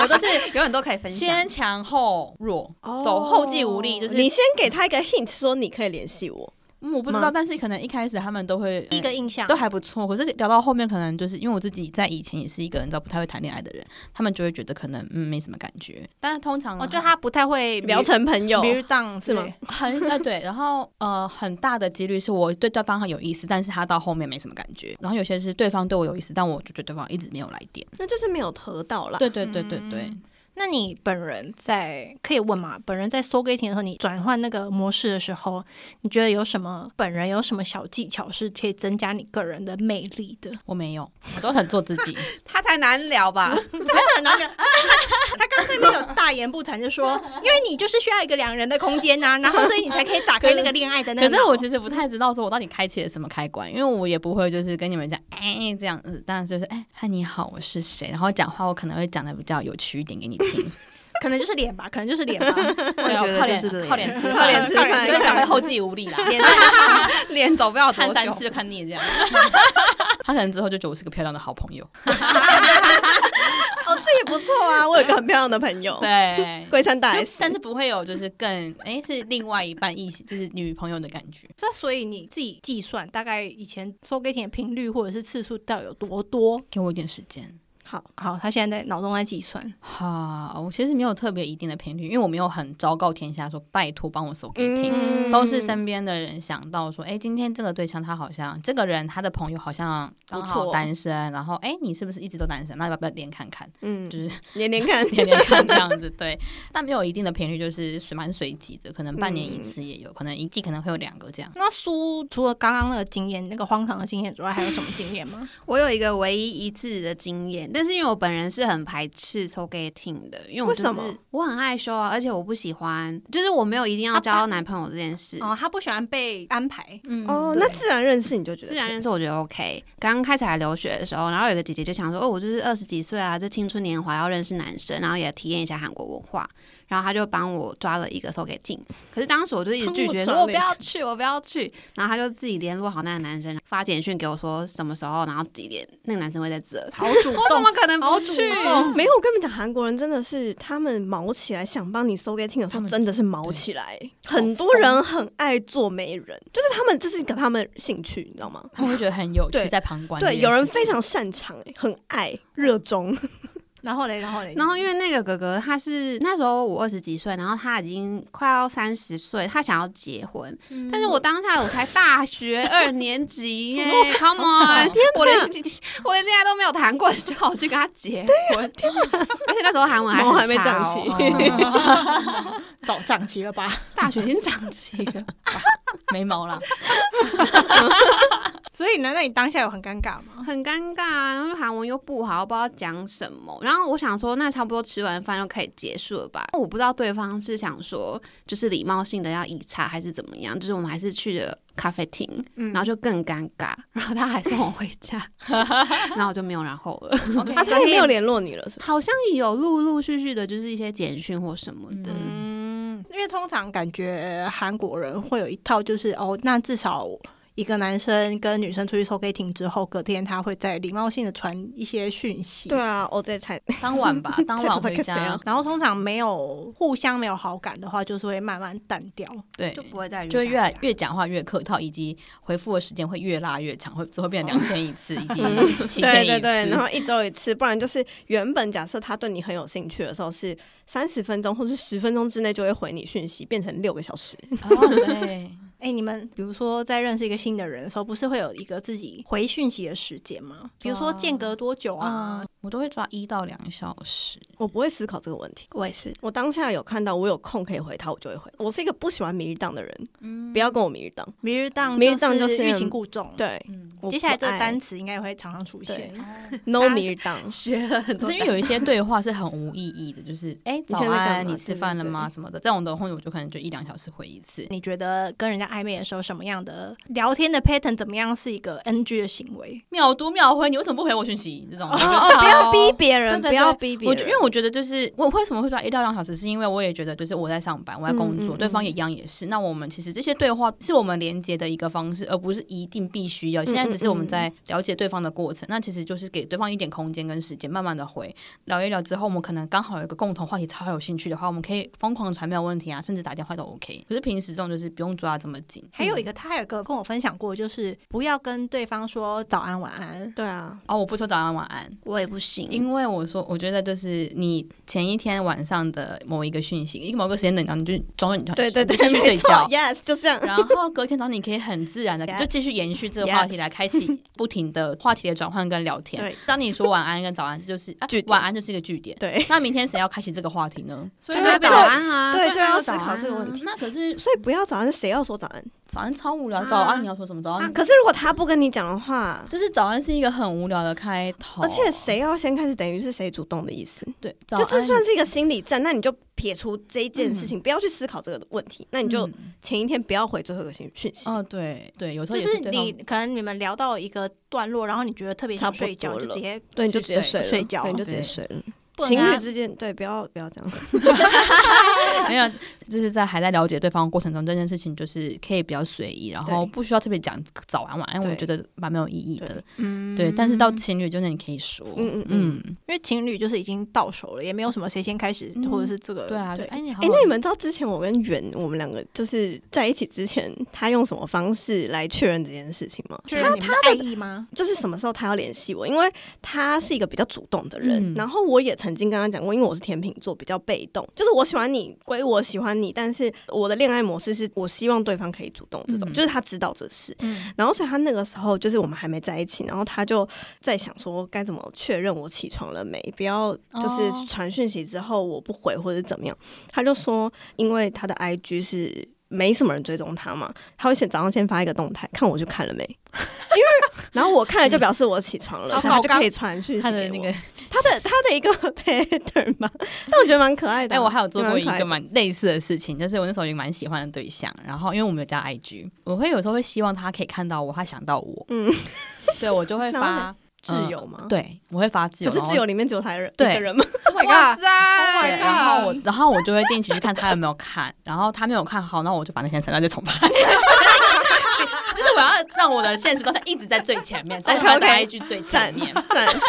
Speaker 1: 我都是
Speaker 4: 有很多可以分享
Speaker 1: 先。强后弱，
Speaker 2: 哦
Speaker 1: 走后继无力，就是
Speaker 2: 你先给他一个 hint，说你可以联系我。
Speaker 1: 嗯我不知道，
Speaker 2: 吗
Speaker 1: 但是可能一开始他们都会嗯
Speaker 3: 第一个印象
Speaker 1: 都还不错。可是聊到后面，可能就是因为我自己在以前也是一个你知道不太会谈恋爱的人，他们就会觉得可能嗯没什么感觉。但是通常啊
Speaker 3: 哦，就他不太
Speaker 1: 嗯
Speaker 3: 会
Speaker 2: 聊成朋友，
Speaker 3: 比如当
Speaker 2: 是吗？
Speaker 1: 很呃对，然后呃很大的几率是我对对方很有意思，但是他到后面没什么感觉。然后有些是对方对我有意思，但我就觉得对方一直没有来电。
Speaker 2: 那就是没有得到 啦。
Speaker 1: 对对对对对，
Speaker 3: 嗯那你本人在可以问吗？本人在搜 getting 的时候，你转换那个模式的时候，你觉得有什么本人 有什么小技巧是可以增加你个人的魅力的？
Speaker 1: 我没有，我都很做自己。
Speaker 3: 太
Speaker 4: 他才难聊吧？
Speaker 3: 很难聊。他刚才那有大言不惭就说，因为你就是需要一个两人的空间呐、然后所以你才可以打开那个恋爱的那
Speaker 1: 可
Speaker 3: 个。
Speaker 1: 是我其实不太知道说我到底开启了什么开关，因为我也不会就是跟你们讲哎、这样子，当然就是哎嗨你好我是谁，然后讲话我可能会讲的比较有趣一点给你听，
Speaker 3: 可能就是脸吧，可能就是脸吧，
Speaker 1: 我
Speaker 4: 觉得就是
Speaker 1: 靠脸吃
Speaker 4: 靠脸
Speaker 1: 吃
Speaker 4: 吃饭，
Speaker 1: 所以才会后继无力啦，
Speaker 3: 脸啊蛋
Speaker 4: 脸走不了
Speaker 1: 看
Speaker 4: 多
Speaker 1: 三
Speaker 4: 久。
Speaker 1: 次就看腻了这 样。他可能之后就觉得我是个漂亮的好朋友，
Speaker 2: 哦，这也不错 啊，我有个很漂亮的朋
Speaker 4: 哦
Speaker 2: 友，
Speaker 1: 对。
Speaker 2: 龟山大
Speaker 1: 就
Speaker 2: S，
Speaker 1: 但是不会有就是更哎、是另外一半异性就是女朋友的感觉，
Speaker 3: 那 所以你自己计算大概以前收给你的频率或者是次数到底有多多？
Speaker 1: 给我一点时间。
Speaker 3: 好好，他现在在脑中在计算。
Speaker 1: 好，我其实没有特别一定的频率，因为我没有很昭告天下说拜托帮我搜给听，
Speaker 2: 嗯
Speaker 1: 都是身边的人想到说，哎、今天这个对象他好像这个人他的朋友好像刚
Speaker 2: 不
Speaker 1: 好
Speaker 2: 错
Speaker 1: 单身，然后哎、诶你是不是一直都单身？那要不要连看 看？
Speaker 2: 嗯，
Speaker 1: 就是
Speaker 2: 连 连看，
Speaker 1: 天天看这样子，对，但没有一定的频率，就是随蛮随机的，可能半年
Speaker 2: 嗯
Speaker 1: 一次也有，可能一季可能会有两个这样。
Speaker 3: 那苏除了刚刚那个经验，那个荒唐的经验之外，还有什么经验 吗？
Speaker 4: 我有一个唯一一次的经验，但是因为我本人是很排斥 so getting 的，因为我
Speaker 2: 为
Speaker 4: 就
Speaker 2: 什么
Speaker 4: 是我很害羞啊，而且我不喜欢，就是我没有一定要交男朋友这件事。
Speaker 3: 哦，他不喜欢被安排，
Speaker 1: 嗯
Speaker 2: 哦，那自然认识你就觉得
Speaker 4: 自然认识我觉得 OK。刚开始来留学的时候，然后有一个姐姐就想说，哦，我就是二十几岁啊，这青春年华要认识男生，然后也体验一下韩国文化。然后她就帮我抓了一个 so getting，可是当时我就一直拒绝
Speaker 2: 帮
Speaker 4: 说，
Speaker 2: 我抓
Speaker 4: 我
Speaker 2: 了
Speaker 4: 不
Speaker 2: 一个
Speaker 4: 要去，我不要去。然后她就自己联络好那个男生，发简讯给我说什么时候，然后几点那个男生会在这。
Speaker 3: 好主
Speaker 4: 我怎
Speaker 3: 动。
Speaker 4: 么可能不去？
Speaker 2: 哦，没有，我跟你们讲，韩国人真的是他们毛起来想帮你搜 getting 有时
Speaker 1: 他
Speaker 2: 候
Speaker 1: 们
Speaker 2: 真的是毛起来，很多人很爱做媒人，就是他们这是个他们兴趣，你知道吗？
Speaker 1: 他们会觉得很有趣，
Speaker 2: 对
Speaker 1: 在旁观这件事
Speaker 2: 对，
Speaker 1: 情。
Speaker 2: 有人非常擅长、欸，很爱热衷，
Speaker 3: 然后嘞，然后嘞，
Speaker 4: 然后因为那个哥哥他是那时候我二十几岁，然后他已经快要三十岁，他想要结婚，
Speaker 1: 嗯，
Speaker 4: 但是我当下我才大学二年级耶
Speaker 1: 怎么
Speaker 4: ，Come
Speaker 1: 好
Speaker 4: on，
Speaker 1: 少
Speaker 4: 我连我连恋爱都没有谈过，你就好去跟他结婚，而且那时候韩文还
Speaker 2: 毛还
Speaker 4: 很
Speaker 2: 没
Speaker 4: 差
Speaker 2: 长
Speaker 4: 哦
Speaker 2: 齐，
Speaker 1: 哦
Speaker 3: 早长齐了吧？
Speaker 4: 大学已经长齐了，
Speaker 1: 眉毛啦，
Speaker 3: 所以呢，那你当下有很尴尬吗？
Speaker 4: 很尴尬啊，因为韩文又不好，不知道讲什么。然后我想说，那差不多吃完饭就可以结束了吧？我不知道对方是想说，就是礼貌性的要以茶，还是怎么样？就是我们还是去了咖啡厅，
Speaker 3: 嗯
Speaker 4: 然后就更尴尬。然后他还送我回家，然后我就没有然后了。
Speaker 2: 啊，他也没有联络你了，是吧？
Speaker 4: 好像有陆陆续续的，就是一些简讯或什么的。
Speaker 1: 嗯
Speaker 3: 嗯，因为通常感觉韩国人会有一套，就是哦，那至少一个男生跟女生出去 s o k 之后，隔天他会在礼貌性的传一些讯息。
Speaker 2: 对。啊，我在猜，
Speaker 1: 当晚 吧，当晚回
Speaker 2: 这个谁
Speaker 1: 家
Speaker 2: 啊，
Speaker 3: 然后通常没有互相没有好感的话，就是会慢慢淡掉。
Speaker 1: 对，
Speaker 4: 就 不会再
Speaker 1: 就会越来越讲话越客套，以及回复的时间会越拉越长，会最后变成两天一次， 以及七天
Speaker 2: 对
Speaker 1: 一次。
Speaker 2: 对对，然后一周一次，不然就是原本假设他对你很有兴趣的时候是三十分钟或是十分钟之内就会回你讯息，变成六个小时，
Speaker 1: 哦 对，
Speaker 3: 哎，你们比如说在认识一个新的人的时候，不是会有一个自己回讯息的时间吗？比如说间隔多久啊
Speaker 2: 嗯
Speaker 1: 啊？，我都会抓一到两小 时。
Speaker 2: 我不会思考这个问题。
Speaker 4: 我也是，
Speaker 2: 我当下有看到我有空可以回他，我就会回。我是一个不喜欢明日档的人，
Speaker 1: 嗯
Speaker 2: 不要跟我明日档。
Speaker 3: 明日档
Speaker 2: 明日档
Speaker 3: 就
Speaker 2: 就是
Speaker 3: 欲擒故纵。，
Speaker 2: 对，
Speaker 1: 嗯，
Speaker 2: 我
Speaker 3: 接下来
Speaker 2: 不
Speaker 3: 这个
Speaker 2: 爱
Speaker 3: 单 词应该也会常常出现。
Speaker 2: no 明日档，
Speaker 4: 学了很
Speaker 1: 可是因为有一些对话是很无意义的，就是哎、诶早
Speaker 2: 现在在干
Speaker 1: 安，
Speaker 2: 嘛
Speaker 1: 你吃饭了吗？
Speaker 2: 对对
Speaker 1: 什么的，这种的话，我就可能就一两小时回一次。
Speaker 3: 你觉得跟人家暧昧的时候，什么样的聊天的 pattern 怎么样是一个 NG 的行为？
Speaker 1: 秒读秒回，你为什么不回我讯息？这种 的、
Speaker 2: 哦不要逼别
Speaker 1: 对
Speaker 2: 人，
Speaker 1: 对
Speaker 2: 不要逼别
Speaker 1: 我觉，
Speaker 2: 人。嗯
Speaker 1: 因为我觉得就是我为什么会抓一到两小时，是因为我也觉得就是我在上班，我在工作，
Speaker 2: 嗯嗯
Speaker 1: 对方也一样也是。那我们其实这些对话是我们连接的一个方式，而不是一定必须
Speaker 2: 嗯
Speaker 1: 要。现在只是我们在了解对方的过程，那其实就是给对方一点空间跟时间，慢慢的回聊一聊之后，我们可能刚好有一个共同话题，超有兴趣的话，我们可以疯狂传没有问题啊，甚至打电话都 OK。可是平时这种就是不用抓这么紧。嗯
Speaker 3: 还有一个，他还有一个跟我分享过，就是不要跟对方说早安晚安。
Speaker 2: 对啊，
Speaker 1: 哦，我不说早安晚安，
Speaker 4: 我也不行，
Speaker 1: 因为我说，我觉得就是你前一天晚上的某一个讯息，一个某个时间点，然后你就装作你就
Speaker 2: 对对对
Speaker 1: 你就，去
Speaker 2: 没
Speaker 1: 睡
Speaker 2: 错
Speaker 1: 觉。
Speaker 2: ，yes，就这样。
Speaker 1: 然后隔天早上，你可以很自然的
Speaker 2: Yes
Speaker 1: 就继续延续这个话题
Speaker 2: Yes
Speaker 1: 来开启不停的话题的转换跟聊天
Speaker 2: 对。
Speaker 1: 当你说晚安跟早安，这就是啊
Speaker 2: 据，点
Speaker 1: 晚安就是一个据点。
Speaker 2: 对
Speaker 1: 那明天谁要开启这个话题呢？
Speaker 4: 所
Speaker 2: 以
Speaker 4: 以
Speaker 2: 就
Speaker 4: 就
Speaker 2: 要
Speaker 4: 要
Speaker 2: 早
Speaker 4: 早
Speaker 2: 安
Speaker 4: 安啊，
Speaker 2: 对，就要
Speaker 4: 早
Speaker 2: 思考
Speaker 4: 安
Speaker 2: 这个问。题。
Speaker 1: 那可是
Speaker 2: 所以不要早安，谁要说早安。
Speaker 1: 早安超无聊，
Speaker 4: 啊
Speaker 1: 早安你要说什么早安？
Speaker 2: 可是如果他不跟你讲的话，
Speaker 1: 就是早安是一个很无聊的开头，
Speaker 2: 而且谁要先开始，等于是谁主动的意思。
Speaker 1: 啊对，啊早
Speaker 2: 就
Speaker 1: 安
Speaker 2: 这算是一个心理战，那你就撇除这一件事情，不要去思考这个问题，那你就
Speaker 1: 嗯
Speaker 2: 前一天不要回最后一个信讯息。
Speaker 1: 哦，对对，有时
Speaker 3: 就
Speaker 1: 候也
Speaker 3: 是
Speaker 1: 对
Speaker 3: 你
Speaker 1: 方
Speaker 3: 可能你们聊到一个段落，然后你觉得特别想睡
Speaker 2: 差
Speaker 3: 觉，
Speaker 2: 不多
Speaker 3: 就
Speaker 2: 了
Speaker 3: 直接
Speaker 2: 对，你就直接睡了，
Speaker 3: 睡觉
Speaker 2: 对，你就直接
Speaker 1: 对
Speaker 2: 睡了。
Speaker 3: 不能啊
Speaker 2: 情
Speaker 3: 跟
Speaker 2: 侣
Speaker 3: 他
Speaker 2: 之间，对，不要不要这样。
Speaker 1: 没有，就是在还在了解对方的过程中，这件事情就是可以比较随意，然后
Speaker 2: 对
Speaker 1: 不需要特别讲早安晚安，
Speaker 2: 对
Speaker 1: 我觉得蛮没有意义的。
Speaker 4: 嗯
Speaker 1: 对，但是到情侣就是你可以说，
Speaker 2: 嗯嗯嗯
Speaker 1: 嗯，
Speaker 3: 因为情侣就是已经到手了，也没有什么谁先开始，
Speaker 1: 嗯
Speaker 3: 或者是这个
Speaker 1: 对啊，
Speaker 2: 对
Speaker 1: 对，哎，你好
Speaker 2: 哎、，那你们知道之前我跟圆，我们两个就是在一起之前，他用什么方式来确认这件事情吗？
Speaker 3: 就是你们的爱意吗？
Speaker 2: 就是什么时候他要联系我，因为他是一个比较主动的人。
Speaker 1: 嗯
Speaker 2: 然后我也曾经跟他讲过，因为我是天秤座，比较被动，就是我喜欢你归我喜欢你，但是我的恋爱模式是我希望对方可以主动，这种、
Speaker 1: 嗯
Speaker 2: 就是他知道这事。
Speaker 3: 嗯，
Speaker 2: 然后所以他那个时候就是我们还没在一起，然后他就在想说该怎么确认我起床了没，不要就是
Speaker 1: 哦
Speaker 2: 传讯息之后我不回或者怎么样。他就说，因为他的 IG 是没什么人追踪他嘛，他会先早上先发一个动态，看我去看了没，因为然后我看了就表示我起床了，
Speaker 1: 好
Speaker 2: 所以他
Speaker 1: 搞
Speaker 2: 就
Speaker 1: 纲
Speaker 2: 可以传讯息
Speaker 1: 他
Speaker 2: 给
Speaker 1: 的
Speaker 2: 我。
Speaker 1: 那个，
Speaker 2: 他的他的一个 pattern 吧，但我觉得蛮可爱的啊。
Speaker 1: 哎，我还有做过一
Speaker 2: 蛮可
Speaker 1: 个
Speaker 2: 爱的
Speaker 1: 蛮类似的事情，就是我那时候也蛮喜欢的对象，然后因为我们有加 IG，我会有时候会希望他可以看到我，他想到我，
Speaker 2: 嗯
Speaker 1: 对我就会
Speaker 2: 然后呢
Speaker 1: 发呃
Speaker 2: 挚友吗？，
Speaker 1: 嗯
Speaker 2: 哦
Speaker 1: 对，我会发自由，
Speaker 2: 可是
Speaker 1: 然后
Speaker 2: 挚友里面只有他一人一
Speaker 1: 对
Speaker 2: 个人吗？
Speaker 3: Oh my
Speaker 4: 哇
Speaker 3: god！
Speaker 4: 塞
Speaker 3: ，Oh my
Speaker 1: 对，
Speaker 3: god
Speaker 1: 然后我，然后我就会定期去看他有没有看，然后他没有看好，那我就把那篇删掉再重拍。 就是我要让我的现实动态一直在最前面，在他的
Speaker 2: OK，OK
Speaker 1: IG 最前
Speaker 2: 赞
Speaker 1: 面。
Speaker 2: 赞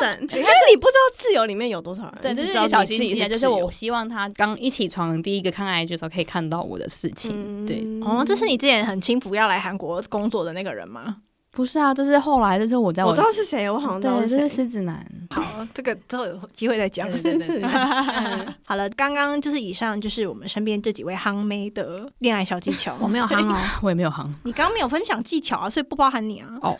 Speaker 2: 赞！因为你不知道挚友里面有多少人，
Speaker 1: 对，
Speaker 2: 你
Speaker 1: 这
Speaker 2: 只
Speaker 1: 是
Speaker 2: 知
Speaker 1: 一
Speaker 2: 道
Speaker 1: 个小
Speaker 2: 你自己
Speaker 1: 心机啊，
Speaker 2: 是
Speaker 1: 就
Speaker 2: 挚
Speaker 1: 是
Speaker 2: 友
Speaker 1: 我希望他刚一起床第一个看 IG 的时候可以看到我的事
Speaker 2: 嗯
Speaker 1: 情。对，
Speaker 3: 哦，这是你之前很轻浮要来韩国工作的那个人吗？
Speaker 1: 不是啊，这是后来，这是我在
Speaker 2: 我知道是谁，我好像知道
Speaker 1: 对，这
Speaker 2: 是
Speaker 1: 是
Speaker 2: 谁。
Speaker 1: 狮子男。
Speaker 3: 好，这个之后有机会再 讲。
Speaker 1: 对对对对，
Speaker 3: 好了，刚刚就是以上就是我们身边这几位夯妹的恋爱小技巧。
Speaker 4: 我没有
Speaker 3: 对
Speaker 4: 夯哦，
Speaker 1: 我也没有 行。
Speaker 3: 你刚刚没有分享技巧啊，所以不包含你啊。
Speaker 4: 哦，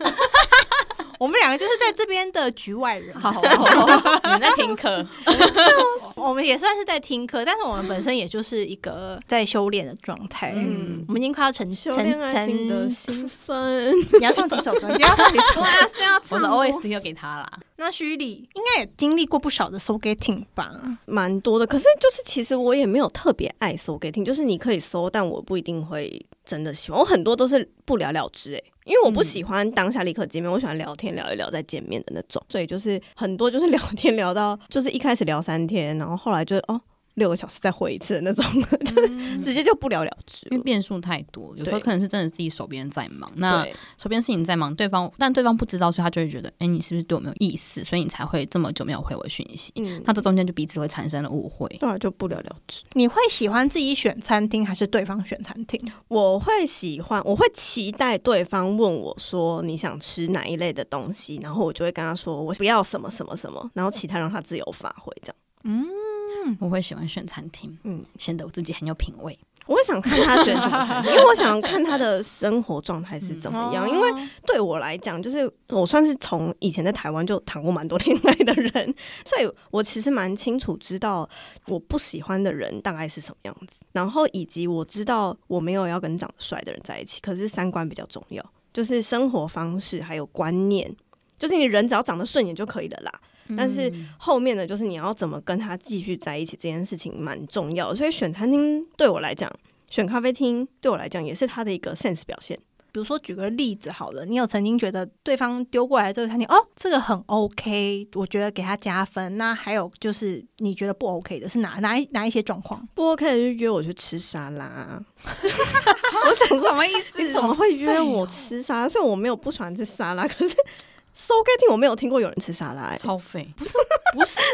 Speaker 3: 我们两个就是在这边的局外人，
Speaker 4: 好，好
Speaker 2: 哦
Speaker 1: 你们在听课，
Speaker 3: 我们也算是在听课，但是我们本身也就是一个在修炼的状态。
Speaker 1: 嗯
Speaker 3: 我们已经快要成
Speaker 2: 修
Speaker 3: 成
Speaker 2: 炼爱情的
Speaker 3: 成，
Speaker 2: 心酸，
Speaker 3: 你要唱几首歌？你要唱几首
Speaker 4: 对啊，是要
Speaker 1: 我
Speaker 4: 唱
Speaker 1: 的
Speaker 4: 多
Speaker 1: OS 又给他啦。
Speaker 3: 那徐礼应该也经历过不少的 so getting 吧？
Speaker 2: 蛮多的。可是就是其实我也没有特别爱搜给听，就是你可以搜，但我不一定会真的喜欢。我很多都是不了了之、欸，因为我不
Speaker 1: 嗯
Speaker 2: 喜欢当下立刻见面，我喜欢聊天聊一聊再见面的那种。所以就是很多就是聊天聊到就是一开始聊三天，然后后来就哦六个小时再回一次的那种， 就是直接就不了了之了。
Speaker 1: 嗯因为啊变数太多，有时候
Speaker 2: 对
Speaker 1: 可能是真的自己手边在忙，那
Speaker 2: 对，
Speaker 1: 手边事情在忙，对方但对方不知道，所以他就会觉得，哎，你是不是对我没有意思？所以你才会这么久没有回我讯息。
Speaker 2: 嗯
Speaker 1: 那这中间就彼此会产生了误会。
Speaker 2: 对啊，就不了了之。
Speaker 3: 你会喜欢自己选餐厅还是对方选餐厅？
Speaker 2: 我会喜欢，我会期待对方问我说你想吃哪一类的东西，然后我就会跟他说我不要什么什么什么，然后其他让他自由发挥这样。
Speaker 1: 我会喜欢选餐厅，
Speaker 2: 嗯
Speaker 1: 嗯，显得我自己很有品味。
Speaker 2: 我会想看他选什么餐厅， 因为我想看他的生活状态是怎么
Speaker 3: 嗯哦
Speaker 2: 样。因为对我来讲，就是我算是从以前在台湾就谈过蛮多恋爱的人，所以我其实蛮清楚知道我不喜欢的人大概是什么样子，然后以及我知道我没有要跟长得帅的人在一起，可是三观比较重要，就是生活方式还有观念，就是你人只要长得顺眼就可以了啦。但是后面的就是你要怎么跟他继续在一起这件事情蛮重要的，所以选餐厅对我来讲，选咖啡厅对我来讲也是他的一个 sense 表现。
Speaker 3: 比如说举个例子好了，你有曾经觉得对方丢过来这个餐厅，哦，这个很 OK，我觉得给他加分。那还有就是你觉得不 OK 的是哪哪一哪一些状况？
Speaker 2: 不 OK 的就约我去吃沙拉，啊我想说
Speaker 4: 什么意思？
Speaker 2: 你怎么会约我吃沙拉？虽然我没有不喜欢吃沙拉，可是 so getting 我没有听过有人吃沙拉、欸，
Speaker 1: 超费，
Speaker 3: 不是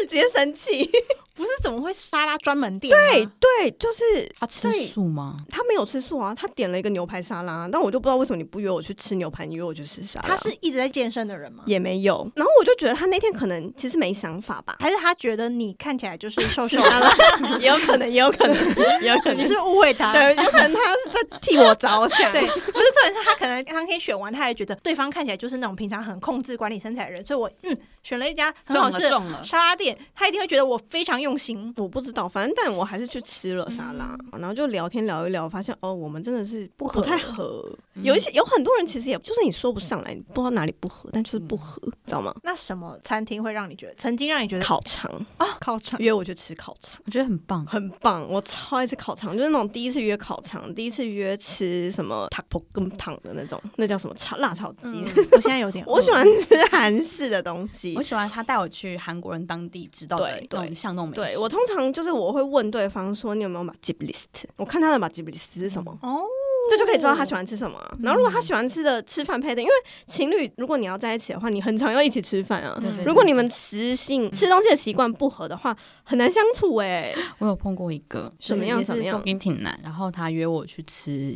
Speaker 2: 直接生气。
Speaker 3: 不是，怎么会沙拉专门店？
Speaker 2: 对，对，就是
Speaker 1: 他吃
Speaker 2: 对
Speaker 1: 素吗？
Speaker 2: 他没有吃素啊，他点了一个牛排沙拉，但我就不知道为什么你不约我去吃牛排，你约我去吃沙拉。
Speaker 3: 他是一直在健身的人吗？
Speaker 2: 也没有，然后我就觉得他那天可能其实没想法吧，
Speaker 3: 还是他觉得你看起来 就是瘦
Speaker 2: 吃
Speaker 3: 瘦？
Speaker 2: 沙拉，也有可能，也有可能，也有可
Speaker 3: 你
Speaker 2: 能
Speaker 3: 是。不是误会他？
Speaker 2: 对，有可能他是在替我着想。
Speaker 3: 对，不是重点是他可能当天选完，他还觉得对方看起来就是那种平常很控制管理身材的人，所以我嗯选了一家很
Speaker 4: 中
Speaker 3: 好
Speaker 4: 了
Speaker 3: 吃的
Speaker 4: 中了？
Speaker 3: 沙拉店，他一定会觉得我非常用心。
Speaker 2: 我不知道，反正但我还是去吃了沙拉，
Speaker 1: 嗯
Speaker 2: 然后就聊天聊一聊，发现哦，我们真的是不
Speaker 3: 合
Speaker 2: 不太合。
Speaker 1: 嗯
Speaker 2: 有一些有很多人其实也就是你说不上来，你不知道哪里不合，但就是
Speaker 1: 嗯
Speaker 2: 不合，知道吗？
Speaker 3: 那什么餐厅会让你觉得曾经让你觉得
Speaker 2: 烤肠
Speaker 3: 啊烤肠？
Speaker 2: 约我去吃烤肠，
Speaker 1: 我觉得很棒。
Speaker 2: 很棒，我超爱吃烤肠，就是那种第一次约烤肠，第一次约吃什么塔婆跟汤的那种，那叫什么炒辣炒鸡。
Speaker 3: 嗯， 我现在有点 饿
Speaker 2: 我喜欢吃韩式的东西
Speaker 1: 我，喜欢他带我去韩国人当地知道的
Speaker 2: 对
Speaker 1: 那种
Speaker 2: 对
Speaker 1: 一项那种美
Speaker 2: 对
Speaker 1: 食
Speaker 2: 我通常就是我会问对方说你有没有把 j i b list，我看他的把 j i b list 是什么，
Speaker 3: 哦，
Speaker 2: 这就可以知道他喜欢吃什么啊、然后如果他喜欢吃的吃饭配的，因为情侣如果你要在一起的话，你很常要一起吃饭啊。
Speaker 1: 对对对
Speaker 2: 如果你们食性吃东西的习惯不合的话，很难相处哎、
Speaker 1: 我有碰过一个，
Speaker 2: 怎么样
Speaker 1: 就是
Speaker 2: 怎
Speaker 1: 也
Speaker 2: 么
Speaker 1: 是
Speaker 2: 样
Speaker 1: 送给挺难，然后他约我去吃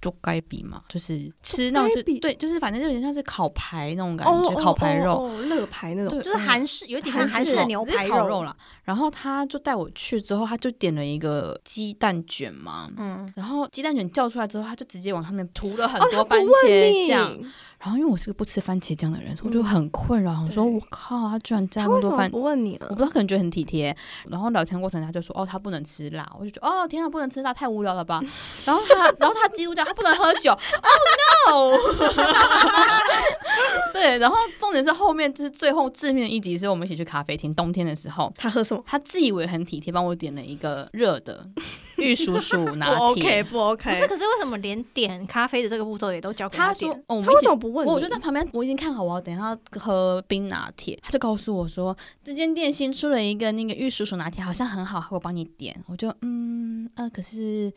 Speaker 1: 猪该比嘛，就是吃那种
Speaker 2: 猪
Speaker 1: 就
Speaker 2: 肝饼
Speaker 1: 对，就是反正就有点像是烤排那种感
Speaker 2: 哦
Speaker 1: 觉，烤排肉，
Speaker 2: 哦哦热排那种
Speaker 1: 对，
Speaker 3: 就是韩式，有点像
Speaker 2: 韩
Speaker 3: 嗯韩
Speaker 2: 式
Speaker 3: 式的哦牛排
Speaker 1: 烤肉啦。然后他就带我去之后，他就点了一个鸡蛋卷嘛，
Speaker 3: 嗯，
Speaker 1: 然后鸡蛋卷叫出来之后，他就直接往上面涂了很
Speaker 2: 哦，
Speaker 1: 多
Speaker 2: 他
Speaker 1: 番
Speaker 2: 不问
Speaker 1: 茄
Speaker 2: 你嗯
Speaker 1: 酱。，然后因为我是个不吃番茄酱的人，所以我就很困扰，我说
Speaker 2: 对
Speaker 1: 我靠，他居然加
Speaker 2: 他
Speaker 1: 那么
Speaker 2: 为什
Speaker 1: 多
Speaker 2: 么
Speaker 1: 番
Speaker 2: 不问你啊
Speaker 1: 我不？知道，可能觉得很体贴。然后聊天过程他就说，哦，他不能吃辣，我就觉得，哦，天啊，不能吃辣，太无聊了吧。然后他，然后他基督教，他不能喝酒。哦 no！对，然后重点是后面就是最后致命的一集是我们一起去咖啡厅，冬天的时候，
Speaker 2: 他喝什么？
Speaker 1: 他自以为很体贴，帮我点了一个热的玉蜀黍
Speaker 2: 不
Speaker 1: 拿铁。
Speaker 2: OK 不
Speaker 3: 可是
Speaker 2: OK，
Speaker 3: 可是为什么连点咖啡的这个步骤也都交给
Speaker 1: 他
Speaker 3: 点
Speaker 1: 说，哦，我们
Speaker 2: 他
Speaker 1: 一
Speaker 2: 为
Speaker 1: 起
Speaker 2: 什么不问你？
Speaker 1: 我我就在旁边，我已经看好我要等一下喝冰拿铁，他就告诉我说这间店新出了一个那个玉蜀黍拿铁，好像很好喝，我帮你点。我就嗯呃，可是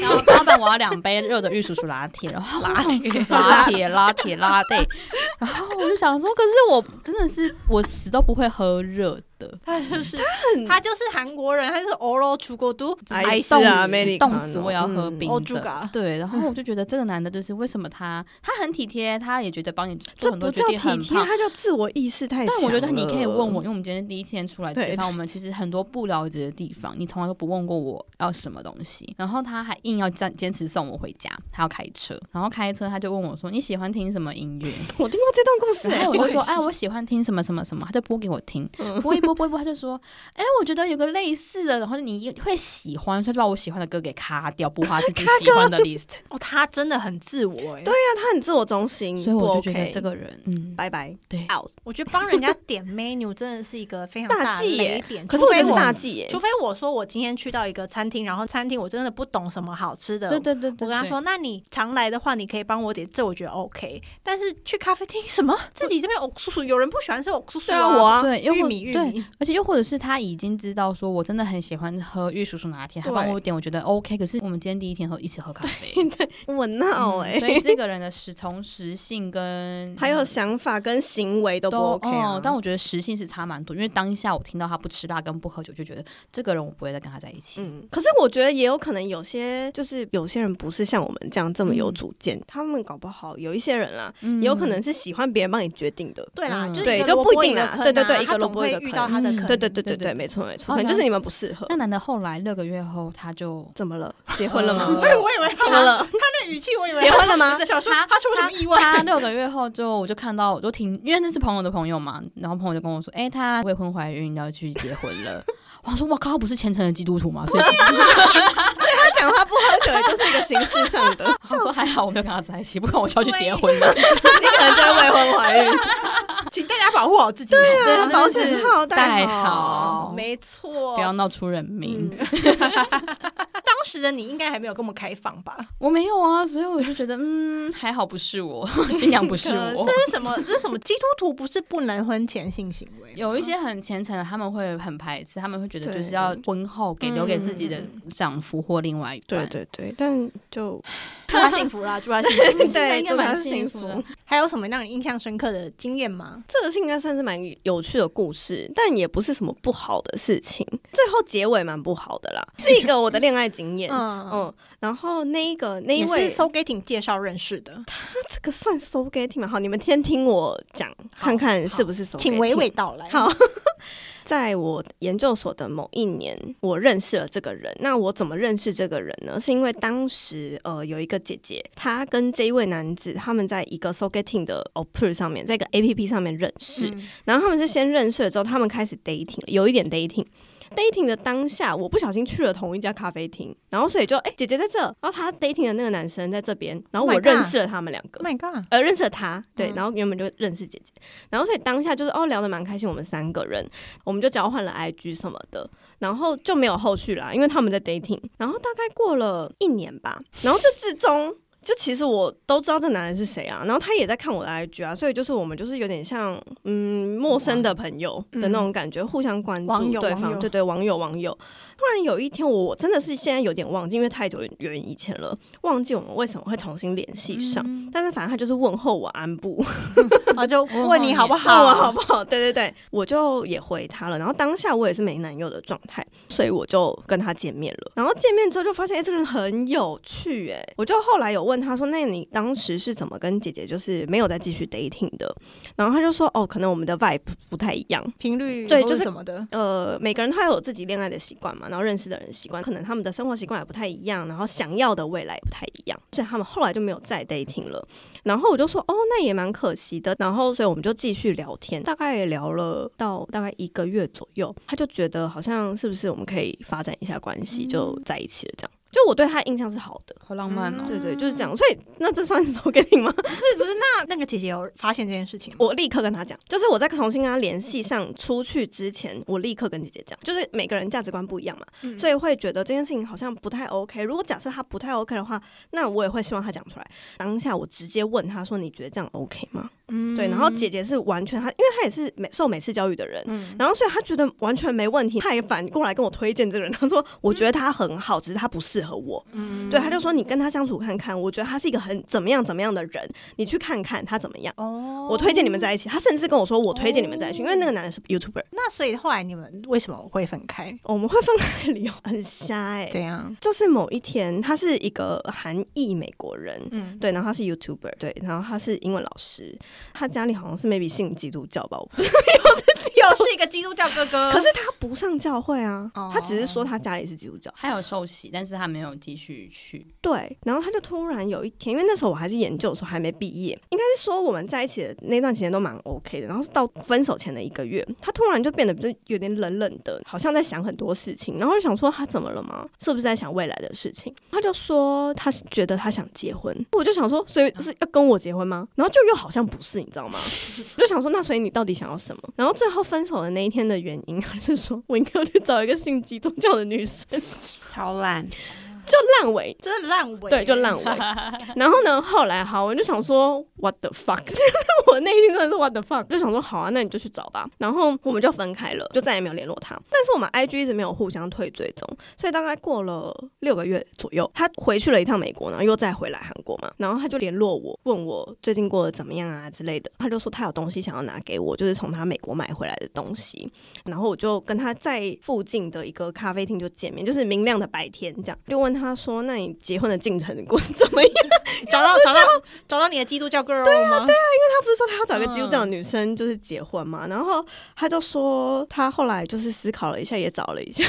Speaker 1: 然后老板我要两杯热的玉蜀黍拿铁，然后拿铁拿铁拿铁拿铁，然后我就想说，可是我真的是我死都不会喝热的，
Speaker 3: 他就是他就是韩国人，他就是 oral 出国都
Speaker 2: 哎是
Speaker 1: 冻
Speaker 2: 啊
Speaker 1: 死
Speaker 2: Americano，
Speaker 1: 冻死我也要喝
Speaker 2: 嗯
Speaker 1: 冰
Speaker 3: 欧哦猪
Speaker 1: 的。
Speaker 3: 嘎，
Speaker 1: 对，然后我就觉得这个男的就是为什么他他很体贴，他也觉得帮你做
Speaker 2: 这
Speaker 1: 很
Speaker 2: 不
Speaker 1: 多决
Speaker 2: 叫
Speaker 1: 定很
Speaker 2: 体贴，
Speaker 1: 棒，
Speaker 2: 他叫自我意识太强。
Speaker 1: 但我觉得你可以问我，因，为我们今天第一天出来
Speaker 2: 对
Speaker 1: 吃饭，我们其实很多不了解的地方，你从来都不问过我要什么东西。然后他还硬要坚坚持送我回家，他要开车，然后开车他就问我说你喜欢听什么音 乐？
Speaker 2: 我听过这段故事欸，
Speaker 1: 然后我就说
Speaker 2: 也是
Speaker 1: 哎，我喜欢听什么什么什么，他就播给我听，
Speaker 3: 嗯
Speaker 1: 播一播播一播，他就说哎，我觉得有个类似的，然后你会喜欢，所以就把我喜欢的歌给卡掉，不花自己喜欢的 list。
Speaker 3: 哦，他真的很自我哎。对，
Speaker 2: 对啊，他很自我中心，
Speaker 3: 嗯
Speaker 1: 所以我
Speaker 2: 不
Speaker 1: 就觉得
Speaker 2: OK
Speaker 1: 这个人，嗯，
Speaker 2: 拜拜
Speaker 1: 对
Speaker 2: out。
Speaker 3: 我觉得帮人家点 menu 真的是一个非常
Speaker 2: 大
Speaker 3: 大的
Speaker 2: 忌耶
Speaker 3: 雷点，
Speaker 2: 可是
Speaker 3: 除
Speaker 2: 我
Speaker 3: 非
Speaker 2: 觉得是
Speaker 3: 我
Speaker 2: 大忌欸耶，
Speaker 3: 除非我说我今天去到一个餐厅，然后餐厅我真的不懂什么好吃的，
Speaker 1: 对对对对，
Speaker 3: 我跟他
Speaker 1: 对
Speaker 3: 说，那你常来的话，你可以帮我点，这我觉得 OK。但是去咖啡厅 什么自己这边呕素素，有人不喜欢吃呕素素
Speaker 2: 对啊，我啊，
Speaker 1: 对，因为
Speaker 3: 玉
Speaker 1: 我
Speaker 3: 米玉
Speaker 1: 对
Speaker 3: 米，
Speaker 1: 而且又或者是他已经知道说我真的很喜欢喝玉叔叔拿铁，他
Speaker 2: 对
Speaker 1: 帮我点，我觉得 OK。可是我们今天第一天喝一起喝咖啡，
Speaker 2: 我闹
Speaker 1: 嗯
Speaker 2: 哎
Speaker 1: 所，以这个人的实从实性跟
Speaker 2: 还有想法跟行为嗯都不 OK 啊
Speaker 1: 哦。。但我觉得实性是差蛮多，因为当下我听到他不吃辣跟不喝酒，就觉得这个人我不会再跟他在一起。
Speaker 2: 嗯，可是我觉得也有可能有些就是有些人不是像我们这样这么有主见，他们搞不好有一些人啦，
Speaker 1: 嗯
Speaker 2: 也有可能是喜欢别人帮你决定的。
Speaker 3: 对啦，
Speaker 1: 嗯
Speaker 3: 就是
Speaker 2: 对
Speaker 3: 一个
Speaker 2: 就
Speaker 3: 萝
Speaker 2: 不一
Speaker 3: 卜
Speaker 2: 定
Speaker 3: 个
Speaker 2: 啦
Speaker 3: 坑啊
Speaker 2: 对对对一个
Speaker 3: 他
Speaker 2: 萝
Speaker 3: 总
Speaker 2: 卜
Speaker 3: 会
Speaker 2: 一个
Speaker 3: 遇到
Speaker 1: 坑
Speaker 3: 他的
Speaker 1: 嗯
Speaker 3: 坑，
Speaker 2: 对对对对
Speaker 1: 对对
Speaker 2: 对，没错没错，
Speaker 1: 哦
Speaker 2: 可能
Speaker 1: 那
Speaker 2: 就是你们不适合
Speaker 1: 那。男的后来六个月后他就
Speaker 2: 怎么 了？结婚了吗？
Speaker 1: 呃
Speaker 3: 我以为
Speaker 2: 怎么
Speaker 3: 他
Speaker 2: 了？
Speaker 3: 那语气，我以为
Speaker 2: 结啊婚 了吗
Speaker 3: 他？想说
Speaker 1: 他
Speaker 3: 他出什么意外？
Speaker 1: 他六个月后之后，我就看到，我就听，因为那是朋友的朋友嘛，然后朋友就跟我说，哎、她未婚怀孕要去结婚了。 我想说，我靠，她不是虔诚的基督徒吗？所以
Speaker 2: 他讲话不喝酒，也就是一个形式上的，
Speaker 1: 我想说还好我没有跟他在一起，不然我就要去结婚了。
Speaker 2: 你可能就会未婚怀孕。
Speaker 3: 请大家保护好自己哦。哦
Speaker 1: 对
Speaker 2: 对啊，
Speaker 1: 真的
Speaker 2: 保险
Speaker 1: 是
Speaker 2: 套
Speaker 1: 戴
Speaker 2: 好，
Speaker 1: 好
Speaker 2: 没错
Speaker 1: 不。要闹出人命。
Speaker 2: 嗯
Speaker 3: 当时的你应该还没有跟我们开放吧？
Speaker 1: 我没有啊，所以我就觉得，嗯，还好不是我， 新娘不是我
Speaker 3: 呃这。是什 么？这是什么？基督徒不是不能婚前性行为吗？
Speaker 1: 有一些很虔诚的，他们会很排斥，他们会觉得
Speaker 2: 对
Speaker 1: 就是要婚后给留给自己的丈夫或另外一
Speaker 2: 对
Speaker 1: 半。
Speaker 2: 对对，但就
Speaker 3: 祝他幸福 啦，祝他幸福。
Speaker 2: 对，
Speaker 1: 应该
Speaker 2: 祝他
Speaker 1: 蛮
Speaker 2: 幸
Speaker 1: 幸
Speaker 2: 福
Speaker 1: 福的。
Speaker 3: 还有什么让你印象深刻的经验吗？
Speaker 2: 这个是应该算是蛮有趣的故事，但也不是什么不好的事情。最后结尾蛮不好的 啦，是一个我的恋爱经验。嗯
Speaker 3: 嗯嗯，
Speaker 2: 然后那一个那一
Speaker 3: 也
Speaker 2: 位
Speaker 3: 是，搜 getting 介绍认识的。
Speaker 2: 这个算 so getting 吗？好，你们先听我讲，
Speaker 3: 好
Speaker 2: 看看是不是 so。
Speaker 3: 请娓娓。道来。
Speaker 2: 好， 在我研究所的某一年，我认识了这个人。那我怎么认识这个人呢？是因为当时呃有一个姐姐，她跟这一位男子他们在一个 so getting 的 o p e r 上面，在一个 A P P 上面认识。
Speaker 3: 嗯
Speaker 2: 然后他们是先认识了之后，他们开始 dating，有一点 dating。 dating 的当下，我不小心去了同一家咖啡厅，然后所以就哎、姐姐在这，然后他 dating 的那个男生在这边，然后
Speaker 3: Oh
Speaker 2: 我
Speaker 3: my
Speaker 2: 认
Speaker 3: God
Speaker 2: 识了他们两个。
Speaker 3: Oh my god！
Speaker 2: 呃，认识了他，对，
Speaker 3: 嗯
Speaker 2: 然后原本就认识姐姐，然后所以当下就是哦，聊得蛮开心，我们三个人，我们就交换了 IG 什么的，然后就没有后续啦，因为他们在 dating，然后大概过了一年吧，然后这之中。就其实我都知道这男人是谁啊，然后他也在看我的 IG 啊，所以就是我们就是有点像嗯陌生的朋友的那种感觉，互相关
Speaker 3: 嗯网友
Speaker 2: 注对
Speaker 3: 网友
Speaker 2: 方，对对网友网友。突然有一天，我真的是现在有点忘记，因为太久远以前了，忘记我们为什么会重新联系上。
Speaker 1: 嗯
Speaker 2: 但是反正他就是问候我安不，问
Speaker 3: 我就问你好不好？
Speaker 2: 我好不好？ 对对对，我就也回他了。然后当下我也是没男友的状态，所以我就跟他见面了。然后见面之后就发现，哎、这个人很有趣、诶，哎，我就后来有问他说，那你当时是怎么跟姐姐就是没有再继续 dating 的？然后他就说，哦，可能我们的 vibe 不太一样。
Speaker 3: 频率
Speaker 2: 对
Speaker 3: 或
Speaker 2: 就是是
Speaker 3: 什么的，
Speaker 2: 呃，每个人他有自己恋爱的习惯嘛，然后认识的人习惯，可能他们的生活习惯也不太一样，然后想要的未来也不太一样，所以他们后来就没有再 dating 了。然后我就说，哦，那也蛮可惜的。然后所以我们就继续聊天，大概也聊了到大概一个月左右，他就觉得好像是不是我们可以发展一下关系，就在一起了这样。就我对他印象是好的，
Speaker 1: 好浪漫哦。
Speaker 3: 嗯
Speaker 2: 对对，就是这样。所以那这算是 dating 吗？
Speaker 3: 不是不是？那那个姐姐有发现这件事情吗？
Speaker 2: 我立刻跟他讲，就是我在重新跟他联系上出去之前，我立刻跟姐姐讲，就是每个人价值观不一样嘛，
Speaker 3: 嗯
Speaker 2: 所以会觉得这件事情好像不太 OK。如果假设他不太 OK 的话，那我也会希望他讲出来。当下我直接问他说：“你觉得这样 OK 吗？”
Speaker 3: 嗯
Speaker 2: 对，然后姐姐是完全她，因为她也是美受美式教育的人，
Speaker 3: 嗯
Speaker 2: 然后所以她觉得完全没问题，她也反过来跟我推荐这个人，她说我觉得他很好，只是他不适合我，
Speaker 3: 嗯
Speaker 2: 对，她就说你跟他相处看看，我觉得他是一个很怎么样怎么样的人，你去看看他怎么样。
Speaker 3: 哦
Speaker 2: 我推荐你们在一起，他甚至跟我说我推荐你们在一起，因为那个男的是 YouTuber。
Speaker 3: 那所以后来你们为什么会分开？
Speaker 2: 我们会分开的理由很瞎哎、
Speaker 3: 怎样？
Speaker 2: 就是某一天，他是一个韩裔美国人，
Speaker 3: 嗯，
Speaker 2: 对，然后他是 YouTuber，对，然后他是英文老师，他家里好像是 maybe 信基督教吧，我不知道。
Speaker 3: 又是一个基督教哥哥。
Speaker 2: 可是他不上教会啊
Speaker 3: 哦，
Speaker 2: 他只是说他家里是基督教，
Speaker 1: 他有受洗，但是他没有继续去。
Speaker 2: 对。然后他就突然有一天，因为那时候我还是研究所，还没毕业，应该是说我们在一起的那段时间都蛮 OK 的。然后是到分手前的一个月，他突然就变得就有点冷冷的，好像在想很多事情。然后就想说他怎么了吗？是不是在想未来的事情？他就说他觉得他想结婚，我就想说，所以是要跟我结婚吗？然后就又好像不是，你知道吗？我就想说，那所以你到底想要什么？然后最后分手的那一天的原因，他是说我应该要去找一个信基督教的女生，
Speaker 4: 超烂，
Speaker 2: 就烂尾。
Speaker 3: 真的烂尾，
Speaker 2: 对，就烂尾。 然后呢，后来好，我就想说，what the fuck，就是 我内心真的是 what the fuck，就想说好啊，那你就去找吧。然后我们就分开了，就再也没有联络他。但是我们 IG 一直没有互相退追踪，所以大概过了六个月左右，他回去了一趟美国，然后又再回来韩国嘛，然后他就联络我，问我最近过得怎么样啊之类的。他就说他有东西想要拿给我，就是从他美国买回来的东西。然后我就跟他在附近的一个咖啡厅就见面，就是明亮的白天这样，就问他说：“那你结婚的进程过程怎么样？”
Speaker 3: 找 到找到找到你的基督教 girl 吗？对啊，
Speaker 2: 他不是说他要找一个基督
Speaker 1: 嗯
Speaker 2: 教的女生就是结婚嘛，然后他就说他后来就是思考了一下，也找了一下，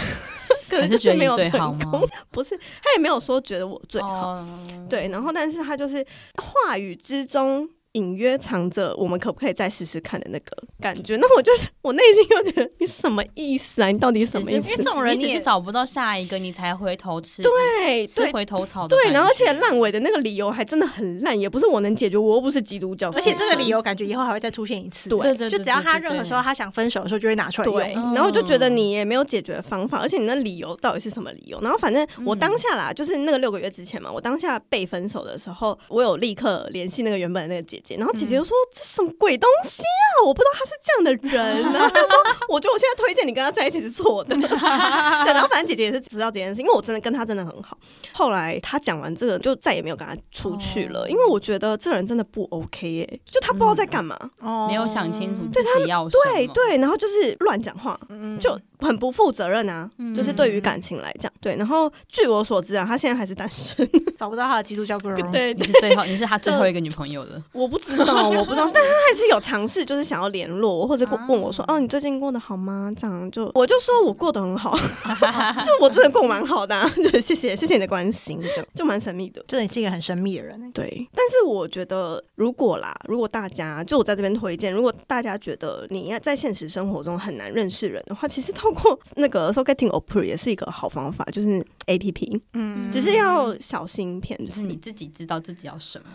Speaker 2: 可
Speaker 1: 还
Speaker 2: 能就是
Speaker 1: 觉得
Speaker 2: 是没
Speaker 1: 你
Speaker 2: 有
Speaker 1: 最
Speaker 2: 成
Speaker 1: 好吗
Speaker 2: 功，？ 不是他也没有说觉得我最好，
Speaker 1: 哦，
Speaker 2: 对，然后但是他就是话语之中。隐约藏着我们可不可以再试试看的那个感觉，那我就是我内心又觉得你什么意思啊？你到底什么意
Speaker 1: 只是
Speaker 2: 思
Speaker 3: 因为？这种人
Speaker 1: 你只
Speaker 3: 也
Speaker 1: 是找不到下一个，你才回头吃，
Speaker 2: 对
Speaker 1: 吃
Speaker 2: 对
Speaker 1: 回头草的感觉。
Speaker 2: 对，然后而且烂尾的那个理由还真的很烂，也不是我能解决，我又不是基督教徒，
Speaker 3: 而且这个理由感觉以后还会再出现一次。
Speaker 2: 对
Speaker 1: 对对对，
Speaker 3: 就只要他
Speaker 1: 对对
Speaker 3: 任何时候他想分手的时候，就会拿出来用。
Speaker 2: 对，
Speaker 1: 嗯
Speaker 2: 然后就觉得你也没有解决方法，而且你那理由到底是什么理由？然后反正我
Speaker 1: 嗯
Speaker 2: 当下啦，就是那个六个月之前嘛，我当下被分手的时候，我有立刻联系那个原本的那个姐姐，然后姐
Speaker 1: 嗯
Speaker 2: 姐就说、这什么鬼东西啊，我不知道他是这样的人，然啊 后她说我觉得我现在推荐你跟他在一起是错的， 对，然后反正姐姐也是知道这件事，因为我真的跟他真的很好。后来他讲完这个，就再也没有跟他出去了，
Speaker 1: 哦
Speaker 2: 因为我觉得这人真的不 OK 耶、就他不知道在干嘛，
Speaker 3: 哦
Speaker 1: 没有想清楚自己要什么。
Speaker 2: 对对，然后就是乱讲话，
Speaker 3: 嗯
Speaker 2: 就很不负责任啊，
Speaker 1: 嗯
Speaker 2: 就是对于感情来讲，对。然后据我所知啊，他现在还是单身，
Speaker 3: 找不到他的基督教 girl。，
Speaker 2: 对，
Speaker 1: 你是最后，你是他最后一个女朋友了。
Speaker 2: 我不知道，我不 知道，但他还是有尝试，就是想要联络我，或者跟
Speaker 1: 啊
Speaker 2: 问我说，哦，你最近过得好吗？这样就我就说我过得 很好，就我真的过蛮好的、啊， 对，谢谢谢谢你的关心，这样就蛮神秘的。
Speaker 3: 就你是一个很神秘的人。
Speaker 2: 对，但是我觉得，如果啦，如果大家就我在这边推荐，如果大家觉得你要在现实生活中很难认识人的话，其实透透过那个 s o c k e t i n g App 也是一个好方法，就是 A P P，
Speaker 4: 嗯
Speaker 2: 只是要小心骗
Speaker 1: 就是
Speaker 2: 子
Speaker 1: 你。自己知道自己要什么。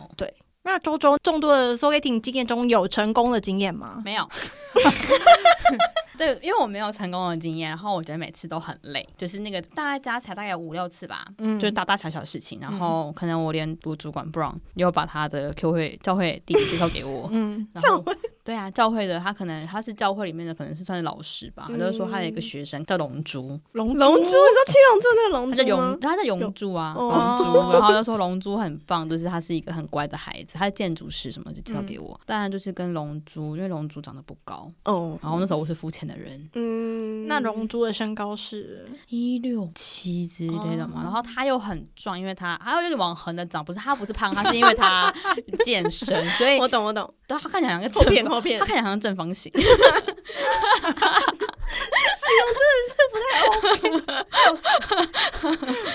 Speaker 3: 那周周众多的 socketing 经验中有成功的经验吗？
Speaker 1: 没有，对，因为我没有成功的经验，然后我觉得每次都很累，就是那个大概加起来大概有五六次吧，
Speaker 3: 嗯，
Speaker 1: 就是大大小小的事情，然后可能我连我主管 Brown 又把他的 Q 会教会弟弟介绍给我
Speaker 3: 嗯，
Speaker 1: 然后 对啊，教会的他可能他是教会里面的，可能是算是老师吧，他就说他有一
Speaker 2: 嗯
Speaker 1: 个学生叫龙珠，
Speaker 3: 龙
Speaker 2: 龙珠，你说七龙珠那个龙
Speaker 1: 他叫
Speaker 2: 珠吗
Speaker 1: 龙，？他叫龙珠啊，龙
Speaker 2: 哦
Speaker 1: 珠。然后就说龙珠很棒，就是他是一个很乖的孩子，他是建筑师什么就介
Speaker 2: 嗯
Speaker 1: 绍给我。当然就是跟龙珠，因为龙珠长得不高，
Speaker 2: 哦，
Speaker 1: 然后那时候我是肤浅的人，
Speaker 2: 嗯，
Speaker 3: 那龙珠的身高是
Speaker 1: 一六七之类的嘛。然后他又很壮，因为他还有有点往横的长，不是他不是胖，他是因为他健身，所以
Speaker 2: 我懂我懂，
Speaker 1: 对他看起来像个
Speaker 2: 后片
Speaker 1: 正方，
Speaker 2: 后片
Speaker 1: 他，看起来像正方形。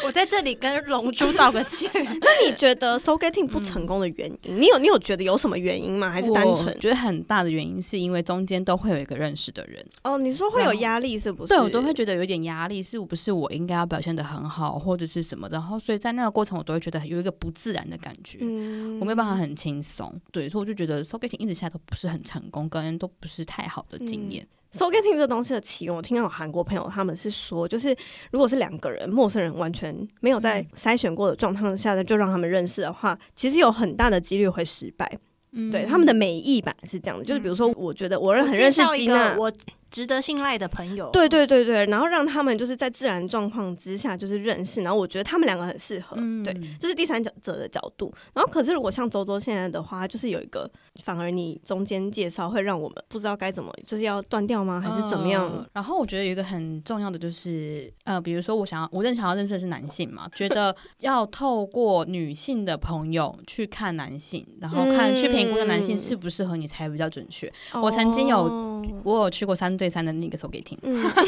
Speaker 3: 我在这里跟龙珠道个歉。
Speaker 2: 那你觉 得 so
Speaker 1: 嗯
Speaker 2: getting 不成功的原因，你有你有觉得有什么原因吗？还是单纯
Speaker 1: 我觉得很大的原因是因为中间都会有一个认识的人。
Speaker 2: 哦？你说会有压力是不哦是？
Speaker 1: 对我都会觉得有一点压力，是不是我应该要表现的很好，或者是什么的？然后所以在那个过程，我都会觉得有一个不自然的感觉，
Speaker 2: 嗯
Speaker 1: 我没有办法很轻松。对，所以我就觉得 so getting 一直下来都不是很成功，跟都不是太好的
Speaker 2: 嗯
Speaker 1: 经验。
Speaker 2: So getting 这东西的起源，我听到有韩国朋友他们是说，就是如果是两个人陌生人完全没有在筛选过的状况下就让他们认识的话，其实有很大的几率会失败。
Speaker 1: 嗯，
Speaker 2: 对，他们的美意版是这样的，就是比如说，我觉得我认很认识
Speaker 3: 嗯我介
Speaker 2: 吉
Speaker 3: 绍一
Speaker 2: 娜
Speaker 3: 个，我值得信赖的朋友。
Speaker 2: 对对对对，然后让他们就是在自然状况之下就是认识，然后我觉得他们两个很适合，
Speaker 1: 嗯
Speaker 2: 对，这是第三者的角度。然后可是如果像周周现在的话，就是有一个反而你中间介绍会让我们不知道该怎么，就是要断掉吗，还是怎么样？
Speaker 1: 呃然后我觉得有一个很重要的就是，呃，比如说我想要，我认想要认识的是男性嘛，觉 得要透过女性的朋友去看男性，然后看、去评估的男性
Speaker 2: 嗯
Speaker 1: 适不适合你才比较准确。我曾经有
Speaker 2: 哦
Speaker 1: 我有去过三对三的那个 so getting。
Speaker 2: 嗯，哎、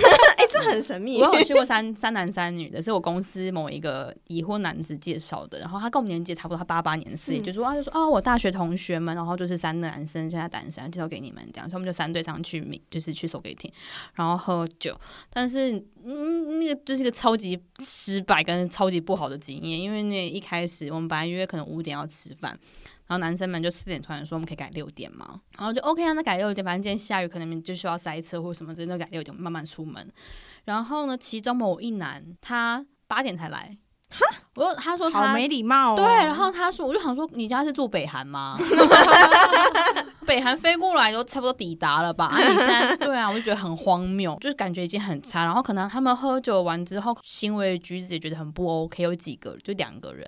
Speaker 2: 这很神秘。
Speaker 1: 我有去过三三男三女的，是我公司某一个已婚男子介绍的，然后他跟我们年纪也差不多，他八八年次，也就是说啊，就说哦，我大学同学们，然后就是三男生现在单身，介绍给你们这样，所以我们就三对上去，就是去手给听，然后喝酒，但是嗯，那个就是一个超级失败跟超级不好的经验，因为那一开始我们本来约可能五点要吃饭。然后男生们就四点突然说我们可以改六点嘛，然后就 OK 啊，那改六点，反正今天下雨，可能你们就需要塞车或什么之类的，那改六点我们慢慢出门。然后呢，其中某一男他八点才来，哈，我就他说
Speaker 3: 好
Speaker 1: 他
Speaker 3: 没礼貌哦。
Speaker 1: 对，然后他说，我就想说你家是住北韩吗？ 北韩飞过来都差不多抵达了吧？啊，你现在对啊，我就觉得很荒谬，就是感觉已经很差。然后可能他们喝酒完之后，行为举止也觉得很不 OK，有几个就两个人，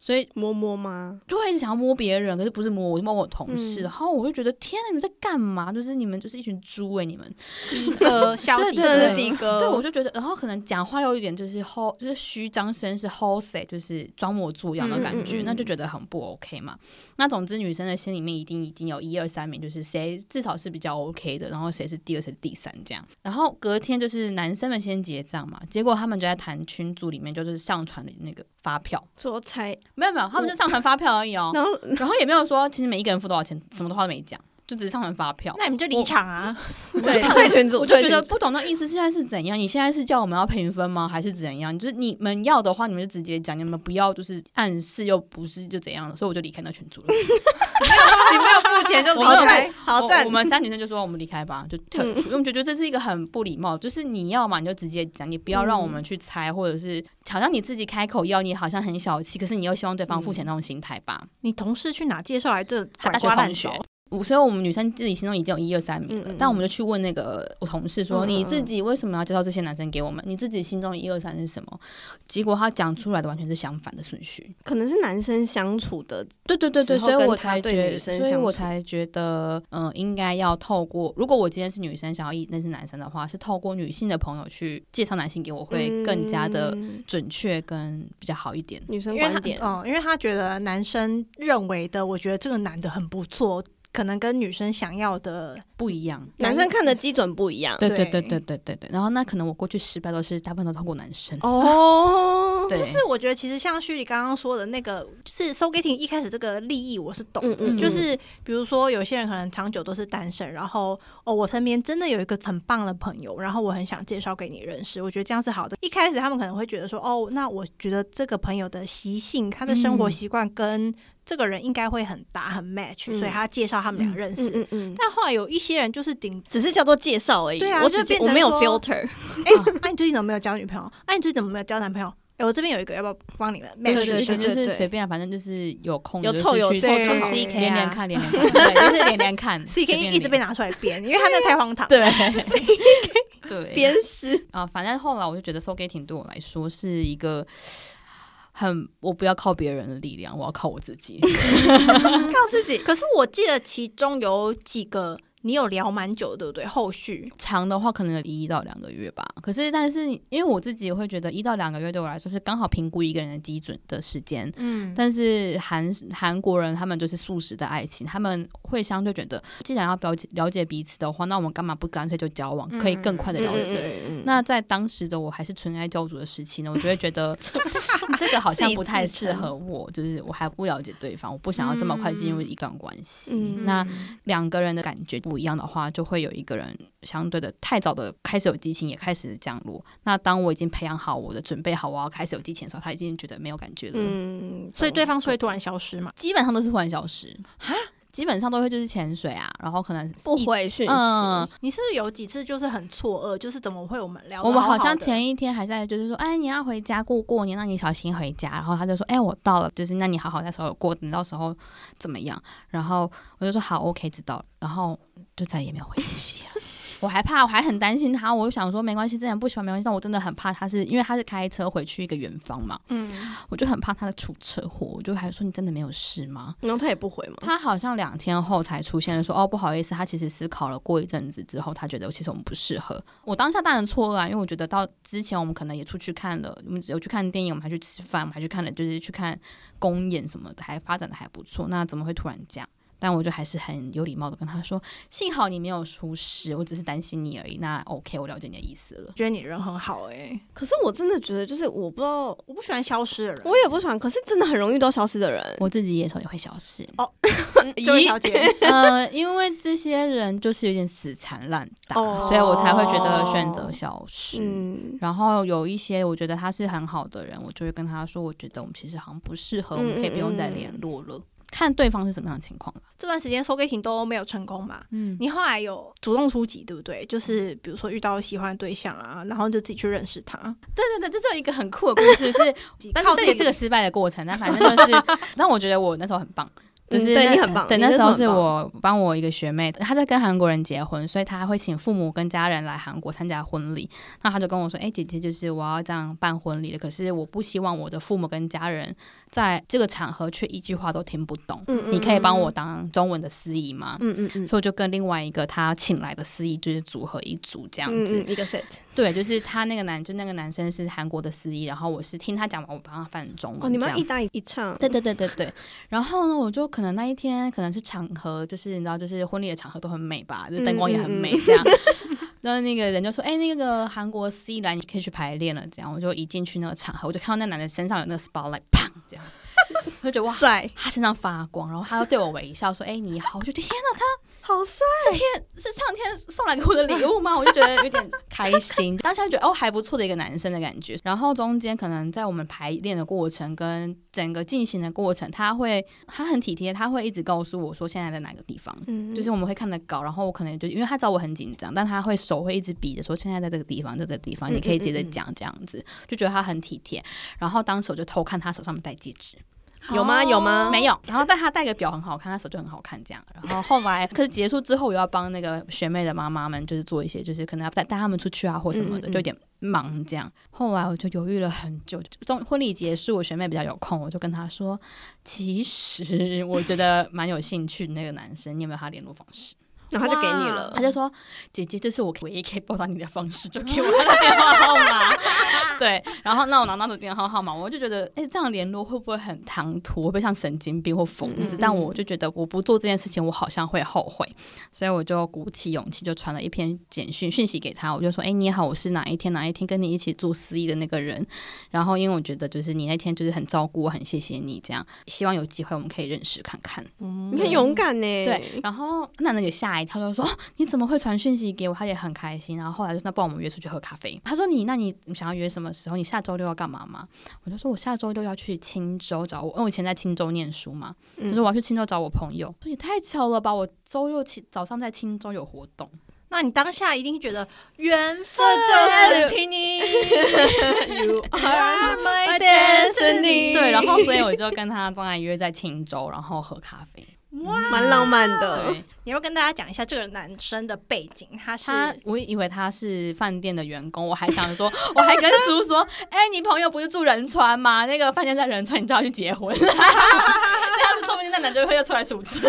Speaker 1: 所以
Speaker 2: 摸摸吗？
Speaker 1: 就会一直想要摸别人，可是不是摸我，就摸我同事。
Speaker 2: 嗯
Speaker 1: 然后我就觉得天啊哪，你们在干嘛？就是你们就是一群猪诶、你们。
Speaker 3: 一个小
Speaker 1: 对
Speaker 3: 底
Speaker 1: 对
Speaker 2: 真的是
Speaker 1: 对
Speaker 2: 的哥，
Speaker 1: 对，我就觉得，然后可能讲话有一点就是 ho，就是虚张声势 ho say，就是装模作样的感觉，
Speaker 2: 嗯嗯嗯
Speaker 1: 那就觉得很不 OK 嘛。那总之，女生的心里面一定已经有一二三名，就是谁至少是比较 OK 的，然后谁是第二，谁是第三这样。然后隔天就是男生们先结账嘛，结果他们就在谈群组里面就是上传的那个发票，
Speaker 2: 说猜，
Speaker 1: 没有没有，他们就上传发票而 已哦，
Speaker 2: 然后
Speaker 1: 然后也没有说其实每一个人付多少钱，什么的话都没讲，就只是上传发票。
Speaker 3: 那你们就离场啊！
Speaker 2: 对 退群组，
Speaker 1: 我就
Speaker 2: 退
Speaker 1: 觉
Speaker 2: 群
Speaker 1: 得
Speaker 2: 组
Speaker 1: 不懂那意思现在是怎样？你现在是叫我们要平分吗？还是怎样？就是你们要的话，你们就直接讲，你们不要就是暗示又不是就怎样所以我就离开那群组了。
Speaker 4: 你没有付钱就
Speaker 1: 我
Speaker 2: 好
Speaker 1: 没有
Speaker 4: 走
Speaker 2: 赞
Speaker 4: 开，
Speaker 2: 好赞
Speaker 1: 我我，们三女生就说我们离开吧，就 退出，因为我们就觉得这是一个很不礼貌，就是你要嘛你就直接讲，你不要让我们去猜，或者
Speaker 2: 嗯
Speaker 1: 是好像你自己开口要，你好像很小气，可是你又希望对方付
Speaker 2: 嗯
Speaker 1: 钱那种心态吧。
Speaker 3: 你同事去哪介绍来这
Speaker 1: 他
Speaker 3: 拐
Speaker 1: 大学
Speaker 3: 瓜烂
Speaker 1: 同学
Speaker 3: 熟？。
Speaker 1: 我所以，我们女生自己心中已经有一二三名了，
Speaker 2: 嗯嗯嗯
Speaker 1: 但我们就去问那个我同事说：“
Speaker 2: 嗯嗯嗯
Speaker 1: 你自己为什么要介绍这些男生给我们？你自己心中一二三是什么？”结果他讲出来的完全是相反的顺序。
Speaker 2: 可能是男生相处的，
Speaker 1: 对对对对，
Speaker 2: 时候
Speaker 1: 所以我
Speaker 2: 跟他
Speaker 1: 才
Speaker 2: 对
Speaker 1: 觉
Speaker 2: 女生
Speaker 1: 所以
Speaker 2: 相
Speaker 1: 我
Speaker 2: 处
Speaker 1: 才觉得，嗯、应该要透过，如果我今天是女生，想要一那是男生的话，是透过女性的朋友去介绍男性给我，会更加的
Speaker 2: 嗯
Speaker 1: 准确跟比较好一点。
Speaker 2: 女生
Speaker 3: 因为
Speaker 2: 观
Speaker 3: 他
Speaker 2: 点，
Speaker 3: 嗯，因为他觉得男生认为的，我觉得这个男的很不错，可能跟女生想要的
Speaker 1: 不一样。
Speaker 2: 男生看的基准不一样
Speaker 1: 对对对
Speaker 3: 对
Speaker 1: 对对对对。然后那可能我过去失败都是大部分都透过男生。
Speaker 2: 哦。
Speaker 1: 嗯对，
Speaker 3: 就是我觉得其实像旭里刚刚说的那个，就是 so getting 一开始这个利益我是懂的，
Speaker 2: 嗯嗯嗯
Speaker 3: 就是比如说有些人可能长久都是单身，然后哦我身边真的有一个很棒的朋友，然后我很想介绍给你认识，我觉得这样是好的。一开始他们可能会觉得说哦，那我觉得这个朋友的习性、他的生活
Speaker 1: 嗯
Speaker 3: 习惯跟这个人应该会很搭很 match，、
Speaker 2: 嗯
Speaker 3: 所以他介绍他们俩认识。
Speaker 2: 嗯嗯嗯，
Speaker 3: 但后来有一些人就是顶
Speaker 2: 只是叫做介绍而已。
Speaker 3: 对啊
Speaker 2: 我
Speaker 3: 就
Speaker 2: 只
Speaker 3: 变成
Speaker 2: 我没有
Speaker 3: 说
Speaker 2: filter。
Speaker 3: 哎、
Speaker 1: 哦
Speaker 3: 那、你最近怎么没有交女朋友？那、你最近怎么没有交男朋友？哎、我这边有一个，要不要帮你们 match
Speaker 1: 对
Speaker 3: 一下？
Speaker 1: 对对对，
Speaker 2: 对
Speaker 1: 就
Speaker 2: 对
Speaker 1: 是
Speaker 2: 对
Speaker 1: 随便啊，反正就是有空
Speaker 2: 有
Speaker 1: 就是
Speaker 2: 凑有
Speaker 1: 去
Speaker 2: 凑
Speaker 3: 就好
Speaker 1: 连
Speaker 4: CK
Speaker 1: 连
Speaker 4: 啊
Speaker 1: 看连连看，对就是连连看
Speaker 3: C
Speaker 1: 随
Speaker 3: K
Speaker 1: 便
Speaker 3: 一直被
Speaker 1: 连
Speaker 3: 拿出来编，因为他那太荒 唐。，
Speaker 1: 对对
Speaker 2: 鞭尸，
Speaker 1: 啊，反正后来我就觉得 soul getting 对我来说是一个很，我不要靠别人的力量，我要靠我自己。
Speaker 2: 靠自己。
Speaker 3: 可是我记得其中有几个你有聊蛮久，对不对？后续
Speaker 1: 长的话可能有一到两个月吧。可是，但是因为我自己会觉得一到两个月对我来说是刚好评估一个人的基准的时间。
Speaker 3: 嗯，
Speaker 1: 但是韩韩国人他们就是素食的爱情，他们会相对觉得，既然要了解了解彼此的话，那我们干嘛不干脆就交往，可以更快的了解。
Speaker 2: 嗯
Speaker 1: 那在当时的我还是纯爱教主的时期呢，我就会觉 得嗯这个好像不太适合我，就是我还不了解对方，我不想要这么快进入一段关系。
Speaker 2: 嗯
Speaker 1: 那两个人的感觉不一样的话，就会有一个人相对的太早的开始有激情，也开始降落。那当我已经培养好我的准备好，我要开始有激情的时候，他已经觉得没有感觉了，
Speaker 2: 嗯，
Speaker 3: 所以对
Speaker 2: 方
Speaker 3: 方是会突然消失嘛？
Speaker 1: 基本上都是突然消失。基本上都会就是潜水啊，然后可能
Speaker 2: 不
Speaker 1: 一
Speaker 2: 回讯息，
Speaker 1: 嗯，
Speaker 3: 你是不是有几次就是很错愕，就是怎么会我们聊得
Speaker 1: 我们好
Speaker 3: 好
Speaker 1: 像
Speaker 3: 的
Speaker 1: 前一天还在，就是说，哎，你要回家过过年，那你小心回家。然后他就说，哎，我到了，就是那你好好在手过，等到时候怎么样？然后我就说好，OK，知道了。然后就再也没有回讯息 了。我还怕，我还很担心他，我就想说没关系，这人不喜欢没关系，但我真的很怕他是因为他是开车回去一个远方嘛，
Speaker 3: 嗯，
Speaker 1: 我就很怕他出车祸，我就还说你真的没有事吗？
Speaker 2: 然后他也不回嘛。
Speaker 1: 他好像两天后才出现，说哦不好意思，他其实思考了过一阵子之后，他觉得其实我们不适合。我当下当然错愕啊，因为我觉得到之前我们可能也出去看了，我们有去看电影，我们还去吃饭，我们还去看了就是去看公演什么的，还发展的还不错。那怎么会突然这样？但我就还是很有礼貌的跟他说，幸好你没有出事，我只是担心你而已。那 OK，我了解你的意思了。
Speaker 3: 觉得你人很好哎、
Speaker 2: 可是我真的觉得，就是我不知道，
Speaker 3: 我不喜欢消失的人。
Speaker 2: 我也不喜欢，可是真的很容易都消失的人。
Speaker 1: 我自己也手也会消失，
Speaker 3: 这位小姐，
Speaker 1: 呃，因为这些人就是有点死缠烂打，
Speaker 2: 哦
Speaker 1: 所以我才会觉得选择消失。
Speaker 2: 嗯，
Speaker 1: 然后有一些我觉得他是很好的人，我就会跟他说，我觉得我们其实好像不适合，我们可以不用
Speaker 2: 嗯
Speaker 1: 再联络了。看对方是什么样的情况了。
Speaker 3: 这段时间收 getting 都没有成功嘛？
Speaker 1: 嗯，
Speaker 3: 你后来有主动出击，对不对？就是比如说遇到喜欢的对象啊，然后就自己去认识他。
Speaker 1: 对对对，这是有一个很酷的故事，是， 但是这也是个失败的过程。但反正就是， 但我觉得我那时候很棒，就是
Speaker 2: 嗯对
Speaker 1: 那
Speaker 2: 你很棒。
Speaker 1: 对，
Speaker 2: 你
Speaker 1: 那时候
Speaker 2: 很
Speaker 1: 是
Speaker 2: 棒，
Speaker 1: 我帮我一个学妹，她在跟韩国人结婚，所以她会请父母跟家人来韩国参加婚礼。那她就跟我说：“哎、姐姐，就是我要这样办婚礼了，可是我不希望我的父母跟家人在这个场合却一句话都听不懂。
Speaker 2: 嗯嗯
Speaker 1: 你可以帮我当中文的司仪吗？”
Speaker 2: 嗯嗯嗯，
Speaker 1: 所以我就跟另外一个他请来的司仪就是组合一组这样
Speaker 2: 嗯
Speaker 1: 子，
Speaker 2: 嗯一个 set。
Speaker 1: 对，就是他那个男就那个男生是韩国的司仪，然后我是听他讲完，我帮他翻中嗯文这样。
Speaker 2: 哦，你们要一搭一唱，
Speaker 1: 对对对对对。然后呢，我就可能那一天可能是场合，就是你知道，就是婚礼的场合都很美吧，就灯光也很
Speaker 2: 嗯
Speaker 1: 美这样。然后那个人就说：“哎、那个韩国 C 来，你可以去排练了。”这样，我就一进去那个场合，我就看到那男的身上有那个 spotlight，砰，这样，我就觉得哇，
Speaker 2: 帅，
Speaker 1: 他身上发光，然后他又对我微笑说：“哎、你好。”我就觉得天哪，
Speaker 2: 好帅，
Speaker 1: 是上天送来给我的礼物吗？我就 觉得有点开心， 当下就觉得哦还不错的一个男生的感觉。然后中间可能在我们排练的过程跟整个进行的过程，他会他很体贴，他会一直告诉我说现在在哪个地方。
Speaker 2: 嗯
Speaker 1: 就是我们会看得稿，然后我可能就因为他知道我很紧张，但他会手会一直比着说现在在这个地方，在这个地方，你可以接着讲这样子，就觉得他很体贴。然后当时我就偷看他手上面戴戒指，
Speaker 2: 有吗？有吗？
Speaker 1: 没有，然后但他戴个表很好看，他手就很好看这样。然后后来，可是结束之后，我要帮那个学妹的妈妈们，就是做一些，就是可能要带带他们出去啊或什么的，
Speaker 2: 嗯嗯嗯
Speaker 1: 就有点忙这样。后来我就犹豫了很久，终婚礼结束，我学妹比较有空，我就跟她说，其实我觉得蛮有兴趣的那个男生，你有没有他联络方式？
Speaker 2: 然后他就给你
Speaker 1: 她
Speaker 2: 了。
Speaker 1: 就说，姐姐，这是我唯一可以拨打你的方式，就给我他的电话号码。 对，然后那我拿到主电话号码，我就觉得，哎、这样联络会不会很唐突？会不会像神经病或疯子？
Speaker 4: 嗯
Speaker 1: 但我就觉得我不做这件事情，我好像会后悔，所以我就鼓起勇气，就传了一篇简讯讯息给他，我就说，哎、你好，我是哪一天哪一天跟你一起做司仪的那个人。然后因为我觉得就是你那天就是很照顾我，很谢谢你这样，希望有机会我们可以认识看看。
Speaker 2: 你很勇敢呢、
Speaker 1: 对，，然后那男的也吓一跳，就说、哦你怎么会传讯息给我？”他也很开心。然后后来就说：“那不然我们约出去喝咖啡。”他说：“你那你想要约什么时候？你下周六要干嘛吗？”我就说：“我下周六要去青州找我，因为我以前在青州念书嘛。”
Speaker 2: 嗯
Speaker 1: 我说：“我要去青州找我朋友。”说：“也太巧了吧！我周六起早上在青州有活动。
Speaker 3: 那你当下一定觉得缘分，
Speaker 2: 这就是
Speaker 3: you are my
Speaker 2: my
Speaker 3: destiny。
Speaker 2: destiny
Speaker 1: 对，然后所以我就跟他当然约在青州，然后喝咖啡。
Speaker 2: 蛮浪漫的。
Speaker 1: 对
Speaker 3: 你要不要跟大家讲一下这个男生的背景，他是
Speaker 1: 他，我以为他是饭店的员工，我还想说， 我还跟叔说：“哎、你朋友不是住仁川吗？那个饭店在仁川，你就要去结婚。” 这样子，说不定那男就会又出来数 钱。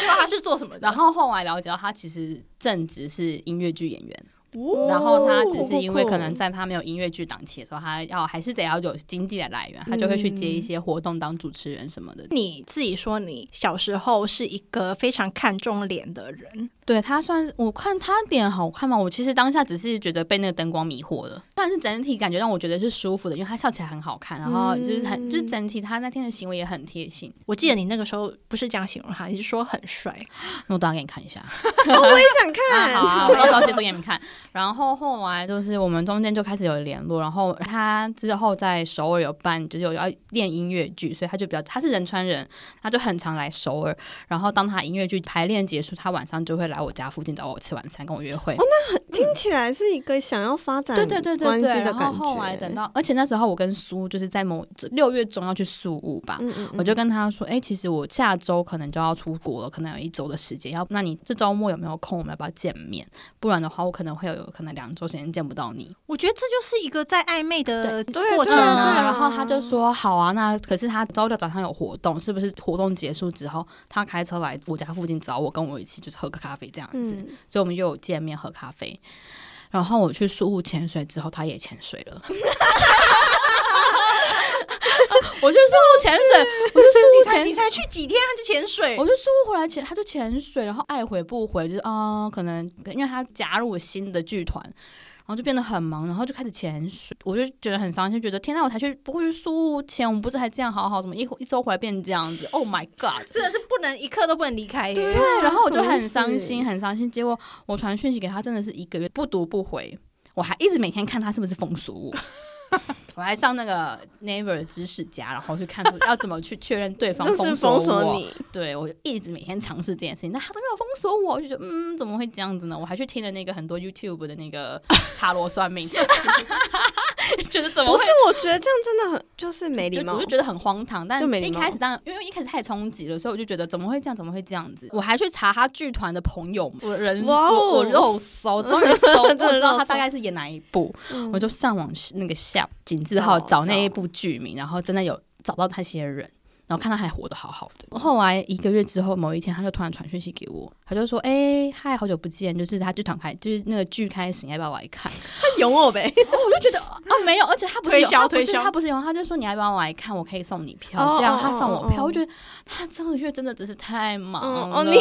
Speaker 3: 知道他是做什么的？
Speaker 1: 然后后来了解到，他其实正职是音乐剧演员，
Speaker 3: 哦，
Speaker 1: 然后他只是因为可能在他没有音乐剧档期的时候，他要还是得要有经济的来源，他就会去接一些活动当主持人什么的。
Speaker 3: 你自己说你小时候是一个非常看重脸的人，
Speaker 1: 对他算是，我看他脸好看吗？我其实当下只是觉得被那个灯光迷惑了，但是整体感觉让我觉得是舒服的，因为他笑起来很好看，然
Speaker 2: 嗯
Speaker 1: 后就是很、就是整体他那天的行为也很贴心。
Speaker 3: 我记得你那个时候不是这样形容他，你是说很帅，
Speaker 1: 那我等下给你看一 下，啊
Speaker 2: 哦我也想
Speaker 1: 好 啊，
Speaker 2: 看
Speaker 1: 我，到时候结束给你们看。然后后来就是我们中间就开始有联络，然后他之后在首尔有办，就是有要练音乐剧，所以他就比较他是仁川人，他就很常来首尔。然后当他音乐剧排练结束，他晚上就会来我家附近找我吃晚餐，跟我约
Speaker 2: 哦
Speaker 1: 会。
Speaker 2: 听起来是一个想要发展
Speaker 1: 对对对
Speaker 2: 关
Speaker 1: 对
Speaker 2: 系
Speaker 1: 对，
Speaker 2: 的
Speaker 1: 然后
Speaker 2: 感
Speaker 1: 后来
Speaker 2: 觉。嗯
Speaker 1: 等到，而且那时候我跟苏就是在某六月中要去宿务吧，
Speaker 2: 嗯嗯
Speaker 1: 我就跟他说，哎、其实我下周可能就要出国了，可能有一周的时间，要不那你这周末有没有空？我们要不要见面？不然的话，我可能会有可能两周时间见不到你。
Speaker 3: 我觉得这就是一个在暧昧的
Speaker 2: 对
Speaker 3: 过
Speaker 1: 嗯，
Speaker 3: 程啊。
Speaker 1: 然后他就说好啊，那可是他周六早上有活动，是不是活动结束之后，他开车来我家附近找我，跟我一起就是喝个咖啡这样子，
Speaker 2: 嗯，
Speaker 1: 所以我们又有见面喝咖啡。然后我去宿务潜水之后，他也潜水 了。我去宿务潜水，我去
Speaker 3: 你
Speaker 1: 宿务
Speaker 3: 才
Speaker 1: 潜水，
Speaker 3: 你才去几天他就潜水
Speaker 1: 我，去宿务回来潜，他就潜水，然后爱回不回，就是啊、可能因为他加入了新的剧团，然后就变得很忙，然后就开始潜水，我就觉得很伤心，觉得天呐，我才去不过去宿务潜，我们不是还这样好好，怎么一一周回来变这样子？Oh my god！
Speaker 3: 真的是不能一刻都不能离开耶。
Speaker 1: 哎对，然后我
Speaker 2: 啊哎什
Speaker 1: 就
Speaker 2: 么意
Speaker 1: 很
Speaker 2: 思
Speaker 1: 伤心，很伤心。结果我传讯息给他，真的是一个月不读不回，我还一直每天看他是不是风俗我。 我还上那个 Never 的知识家，然后去看说要怎么去确认对方
Speaker 2: 就是
Speaker 1: 封
Speaker 2: 封
Speaker 1: 我。
Speaker 2: 锁你，
Speaker 1: 哦对我就一直每天尝试这件事情，但他都没有封锁我，我就觉得嗯，怎么会这样子呢？我还去听了那个很多 YouTube 的那个 塔罗算命， 觉得怎么
Speaker 2: 不
Speaker 1: 会
Speaker 2: 是？我觉得这样真的很就是没
Speaker 1: 就
Speaker 2: 礼貌
Speaker 1: 我就。觉得很荒唐，但
Speaker 2: 就没礼
Speaker 1: 一
Speaker 2: 貌
Speaker 1: 开始当然，因为一开始太冲击了，所以我就觉得怎么会这样，怎么会这样子？我还去查他剧团的朋友们，我人、
Speaker 2: 哇哦
Speaker 1: 我我肉搜，终于 搜，我
Speaker 2: 真的
Speaker 1: 知道
Speaker 2: 肉
Speaker 1: 他
Speaker 2: 搜
Speaker 1: 大概是演哪一部，
Speaker 2: 嗯
Speaker 1: 我就上网那个下井字号
Speaker 2: 找
Speaker 1: 找那一部剧名，然后真的有找到那些人。然后看他还活得好好
Speaker 2: 嗯
Speaker 1: 的。后来一个月之后，某一天他就突然传讯息给我，他就说：“哎、嗨，好久不见，就是他剧团开，就是那个剧开始，你要不要来看？”
Speaker 2: 拥我呗，
Speaker 1: 我就觉得啊，没有，而且他不是
Speaker 3: 推
Speaker 1: 有，
Speaker 3: 销
Speaker 1: 他不
Speaker 3: 推
Speaker 1: 是
Speaker 3: 销
Speaker 1: 他不是有，他就说你要不要来看，我可以送你票，
Speaker 2: 哦
Speaker 1: 这样
Speaker 2: 哦
Speaker 1: 他送我票，
Speaker 2: 哦哦
Speaker 1: 我觉得他这个月真的只是太忙
Speaker 2: 嗯
Speaker 1: 了，
Speaker 2: 哦你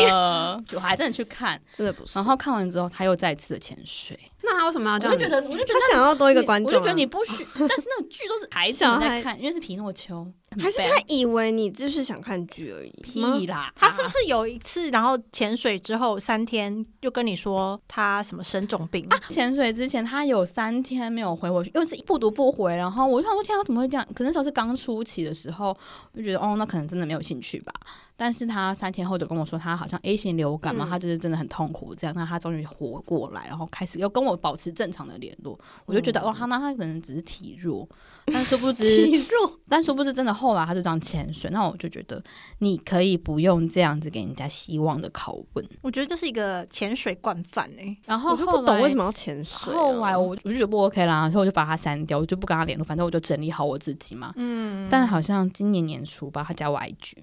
Speaker 1: 我还真的去 看，
Speaker 2: 真的不是。
Speaker 1: 然后看完之后他又再次的潜水，
Speaker 4: 那他为
Speaker 2: 啊
Speaker 4: 什么要
Speaker 1: 我
Speaker 4: 叫
Speaker 1: 就
Speaker 4: 你？
Speaker 1: 觉得我就觉得
Speaker 2: 他想要多一个观众啊，
Speaker 1: 我就觉得你不 许，但是那个剧都是孩子们
Speaker 2: 小
Speaker 1: 在
Speaker 2: 孩
Speaker 1: 看，因为是皮诺丘，很
Speaker 2: 还是
Speaker 1: bad
Speaker 2: 他以为你就是想看剧而已吗？
Speaker 1: 屁啦，
Speaker 3: 他是不是有一次，然后潜水之后三天，又跟你说他什么生重病？
Speaker 1: 啊潜水之前，他有三天没有回我，又是不读不回，然后我就想说，天啊，怎么会这样？可能那时候是刚初期的时候，就觉得哦，那可能真的没有兴趣吧。但是他三天后就跟我说，他好像哎 A 型流感嘛，
Speaker 2: 嗯
Speaker 1: 他就是真的很痛苦，这样，那他终于活过来，然后开始又跟我保持正常的嗯 联络，我就觉得、哦，他那他可能只是体弱，但殊不知，
Speaker 2: 弱，
Speaker 1: 但殊不知真的后来他就这样潜水，那我就觉得你可以不用这样子给人家希望的拷问。
Speaker 3: 我觉得这是一个潜水惯犯哎、
Speaker 1: 然后
Speaker 2: 我就
Speaker 1: 后
Speaker 2: 不懂
Speaker 1: 来
Speaker 2: 为什么要潜水啊、
Speaker 1: 后来我我就觉得不 OK 啦，所以我就把他删掉，我就不跟他联络，反正我就整理好我自己嘛。
Speaker 3: 嗯
Speaker 1: 但好像今年年初吧，他加我 IG，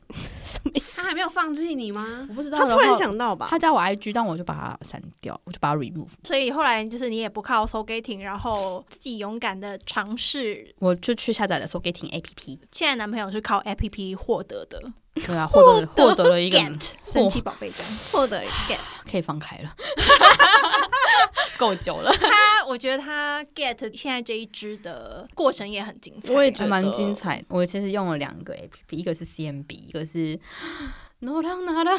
Speaker 2: 什么意思？
Speaker 4: 他还没有放弃你吗？
Speaker 1: 我不知道。
Speaker 2: 他突然，想到吧，
Speaker 1: 他加我 IG，但我就把他删掉，我就把他 remove。
Speaker 3: 所以后来就是你也不靠 soul gating，然后自己勇敢的尝试。
Speaker 1: 我就去下载了 s o g a t i n APP，
Speaker 3: 现在男朋友是靠 APP 获得的
Speaker 1: 对啊，获得了获得了一个
Speaker 3: get 神奇宝贝这样。
Speaker 2: 获得 get，
Speaker 1: 可以放开 了，够久了，
Speaker 3: 他我觉得他 get 现在这一支的过程也很精彩。啊
Speaker 2: 我也觉
Speaker 1: 还
Speaker 2: 得
Speaker 1: 蛮精。彩。我其实用了两个 APP，一个是 CMB，一个是 No 浪 No 浪，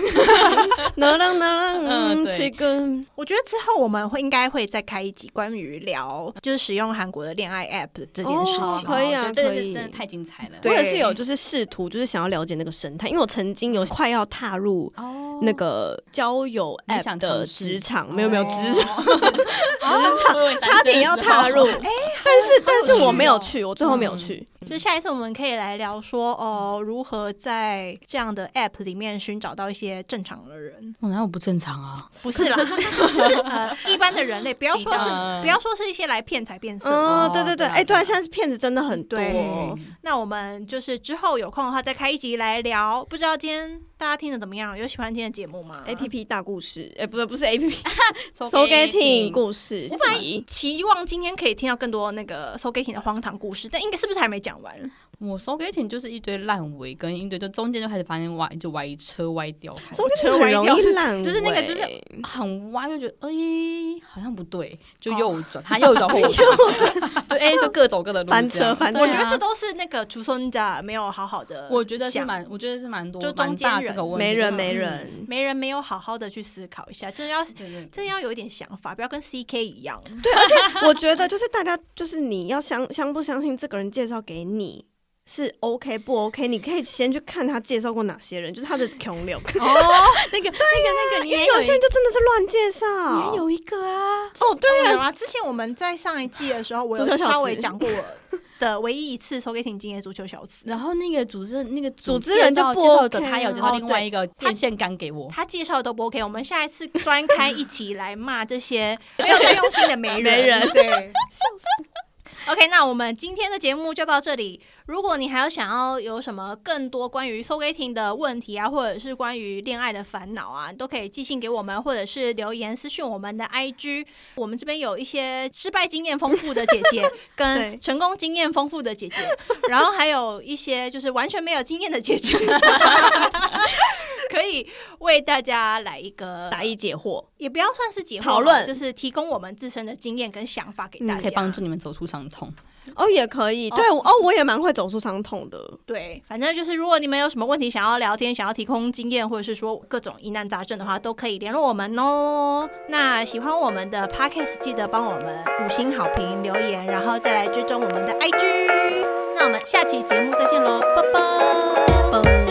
Speaker 2: 能让能
Speaker 1: 嗯
Speaker 2: 让
Speaker 1: 对
Speaker 2: 这个
Speaker 3: 我觉得之后我们会应该会再开一集关于聊就是使用韩国的恋爱 app 这件事情。
Speaker 2: 哦可以啊
Speaker 1: 我觉得这个
Speaker 2: 可
Speaker 1: 是
Speaker 2: 以
Speaker 1: 真的太精彩了。
Speaker 2: 我
Speaker 3: 对
Speaker 2: 也是有，就是试图就是想要了解那个生态，因为我曾经有快要踏入
Speaker 1: 哦
Speaker 2: 那个交友
Speaker 1: 你想
Speaker 2: app 的
Speaker 1: 尝试哦
Speaker 2: 职场，没有没有职 场，
Speaker 1: 场，
Speaker 2: 哦职场
Speaker 1: 哦
Speaker 2: 差点要 踏入，。
Speaker 1: 哎
Speaker 2: 但是但是我没有去，我最后没有
Speaker 1: 嗯
Speaker 2: 去。
Speaker 3: 就下一次我们可以来聊说哦，如何在这样的 app 里面寻找到一些正常的人，
Speaker 1: 我哪有不正常啊？
Speaker 3: 不是啦， 就是呃一般的人类，不要说是
Speaker 1: 比较嗯
Speaker 3: 不要说是一些来骗财骗色的。
Speaker 1: 哦
Speaker 2: 哦，对对对，
Speaker 1: 对啊
Speaker 2: 哎，
Speaker 1: 对
Speaker 2: 对
Speaker 1: 啊嗯
Speaker 2: 啊，现在是骗子真的很多。
Speaker 3: 对
Speaker 2: 嗯
Speaker 3: 那我们就是之后有空的话再开一集来聊，不知道今天大家听的怎么样？有喜欢今天的节目吗
Speaker 2: A P P 大故事，哎，不是不是 A P P，
Speaker 1: So
Speaker 2: So Getting 故事集，
Speaker 3: 期望今天可以听到更多那个 So Getting 的荒唐故事，但应该是不是还没讲完？
Speaker 1: 嗯我 So Getting 就是一堆烂尾跟一堆，就中间就开始发现歪，就歪车歪掉，
Speaker 2: 我车很容易烂尾，
Speaker 1: 就是那个 就是很歪，就觉得哎、好像不对，
Speaker 2: 哦
Speaker 1: 就右转，他右 转或我右转，对，哎、就各走各的路，
Speaker 2: 翻车
Speaker 1: 这样
Speaker 2: 翻车
Speaker 3: 我
Speaker 1: 对啊
Speaker 3: 觉得这都是那个竹村家没有好好的，
Speaker 1: 我觉得是蛮，我觉得是蛮多，
Speaker 3: 就中
Speaker 1: 蛮
Speaker 3: 间
Speaker 1: 大
Speaker 3: 人
Speaker 1: 这个问题，
Speaker 2: 没人没
Speaker 1: 就是。
Speaker 2: 人。
Speaker 3: 没人没有好好的去思考一下，真的要
Speaker 1: 对对
Speaker 3: 真的要有一点想法，不要跟 CK 一样。
Speaker 2: 对，而且我觉得就是大家就是你要相相不相信这个人介绍给你是 OK 不 OK，你可以先去看他介绍过哪些人，就是他的穷 流。
Speaker 1: 哦，那个那个那个，你
Speaker 2: 啊因为
Speaker 1: 也
Speaker 2: 有些
Speaker 1: 一
Speaker 2: 人就真的是乱介绍，
Speaker 1: 你也有一个啊，
Speaker 2: 哦，对啊，
Speaker 3: 有啊，之前我们在上一季的时候，我
Speaker 2: 足球
Speaker 3: 有
Speaker 2: 小子
Speaker 3: 稍微讲过我的唯一一次 So Getting 经验足球小子，
Speaker 1: 然后那个主持人那个
Speaker 2: 主持
Speaker 1: 介
Speaker 2: 人就
Speaker 1: 绍
Speaker 2: 不
Speaker 1: 介绍者
Speaker 2: OK
Speaker 1: 他有
Speaker 2: 啊
Speaker 1: 介绍
Speaker 3: 哦
Speaker 1: 另外
Speaker 3: 对
Speaker 1: 一个电线杆给
Speaker 2: 哦
Speaker 1: 我，
Speaker 3: 他介绍的都不 OK，我们下一次专开一集来骂这些没有在用心的媒 人。
Speaker 2: 没人
Speaker 3: 对，笑死。OK，那我们今天的节目就到这里。如果你还有想要有什么更多关于 soul dating 的问题啊，或者是关于恋爱的烦恼啊，都可以寄信给我们，或者是留言私讯我们的 IG。我们这边有一些失败经验丰富的姐 姐，
Speaker 2: 对
Speaker 3: 跟成功经验丰富的姐姐，然后还有一些就是完全没有经验的 姐姐。可以为大家来一个
Speaker 2: 答疑，解惑。
Speaker 3: 也不要算是解惑啊
Speaker 2: 讨论
Speaker 3: 就是提供我们自身的经验跟想法给
Speaker 2: 嗯
Speaker 3: 大家，
Speaker 1: 可以帮助你们走出伤痛。
Speaker 2: 哦，也可以，
Speaker 3: 哦
Speaker 2: 对我哦，我也蛮会走出伤痛的。
Speaker 3: 对，反正就是如果你们有什么问题想要聊天、想要提供经验，或者是说各种疑难杂症的话，都可以联络我们哦。那喜欢我们的 podcast，记得帮我们五星好评、留言，然后再来追踪我们的 IG。那我们下期节目再见喽，拜拜。
Speaker 2: 嗯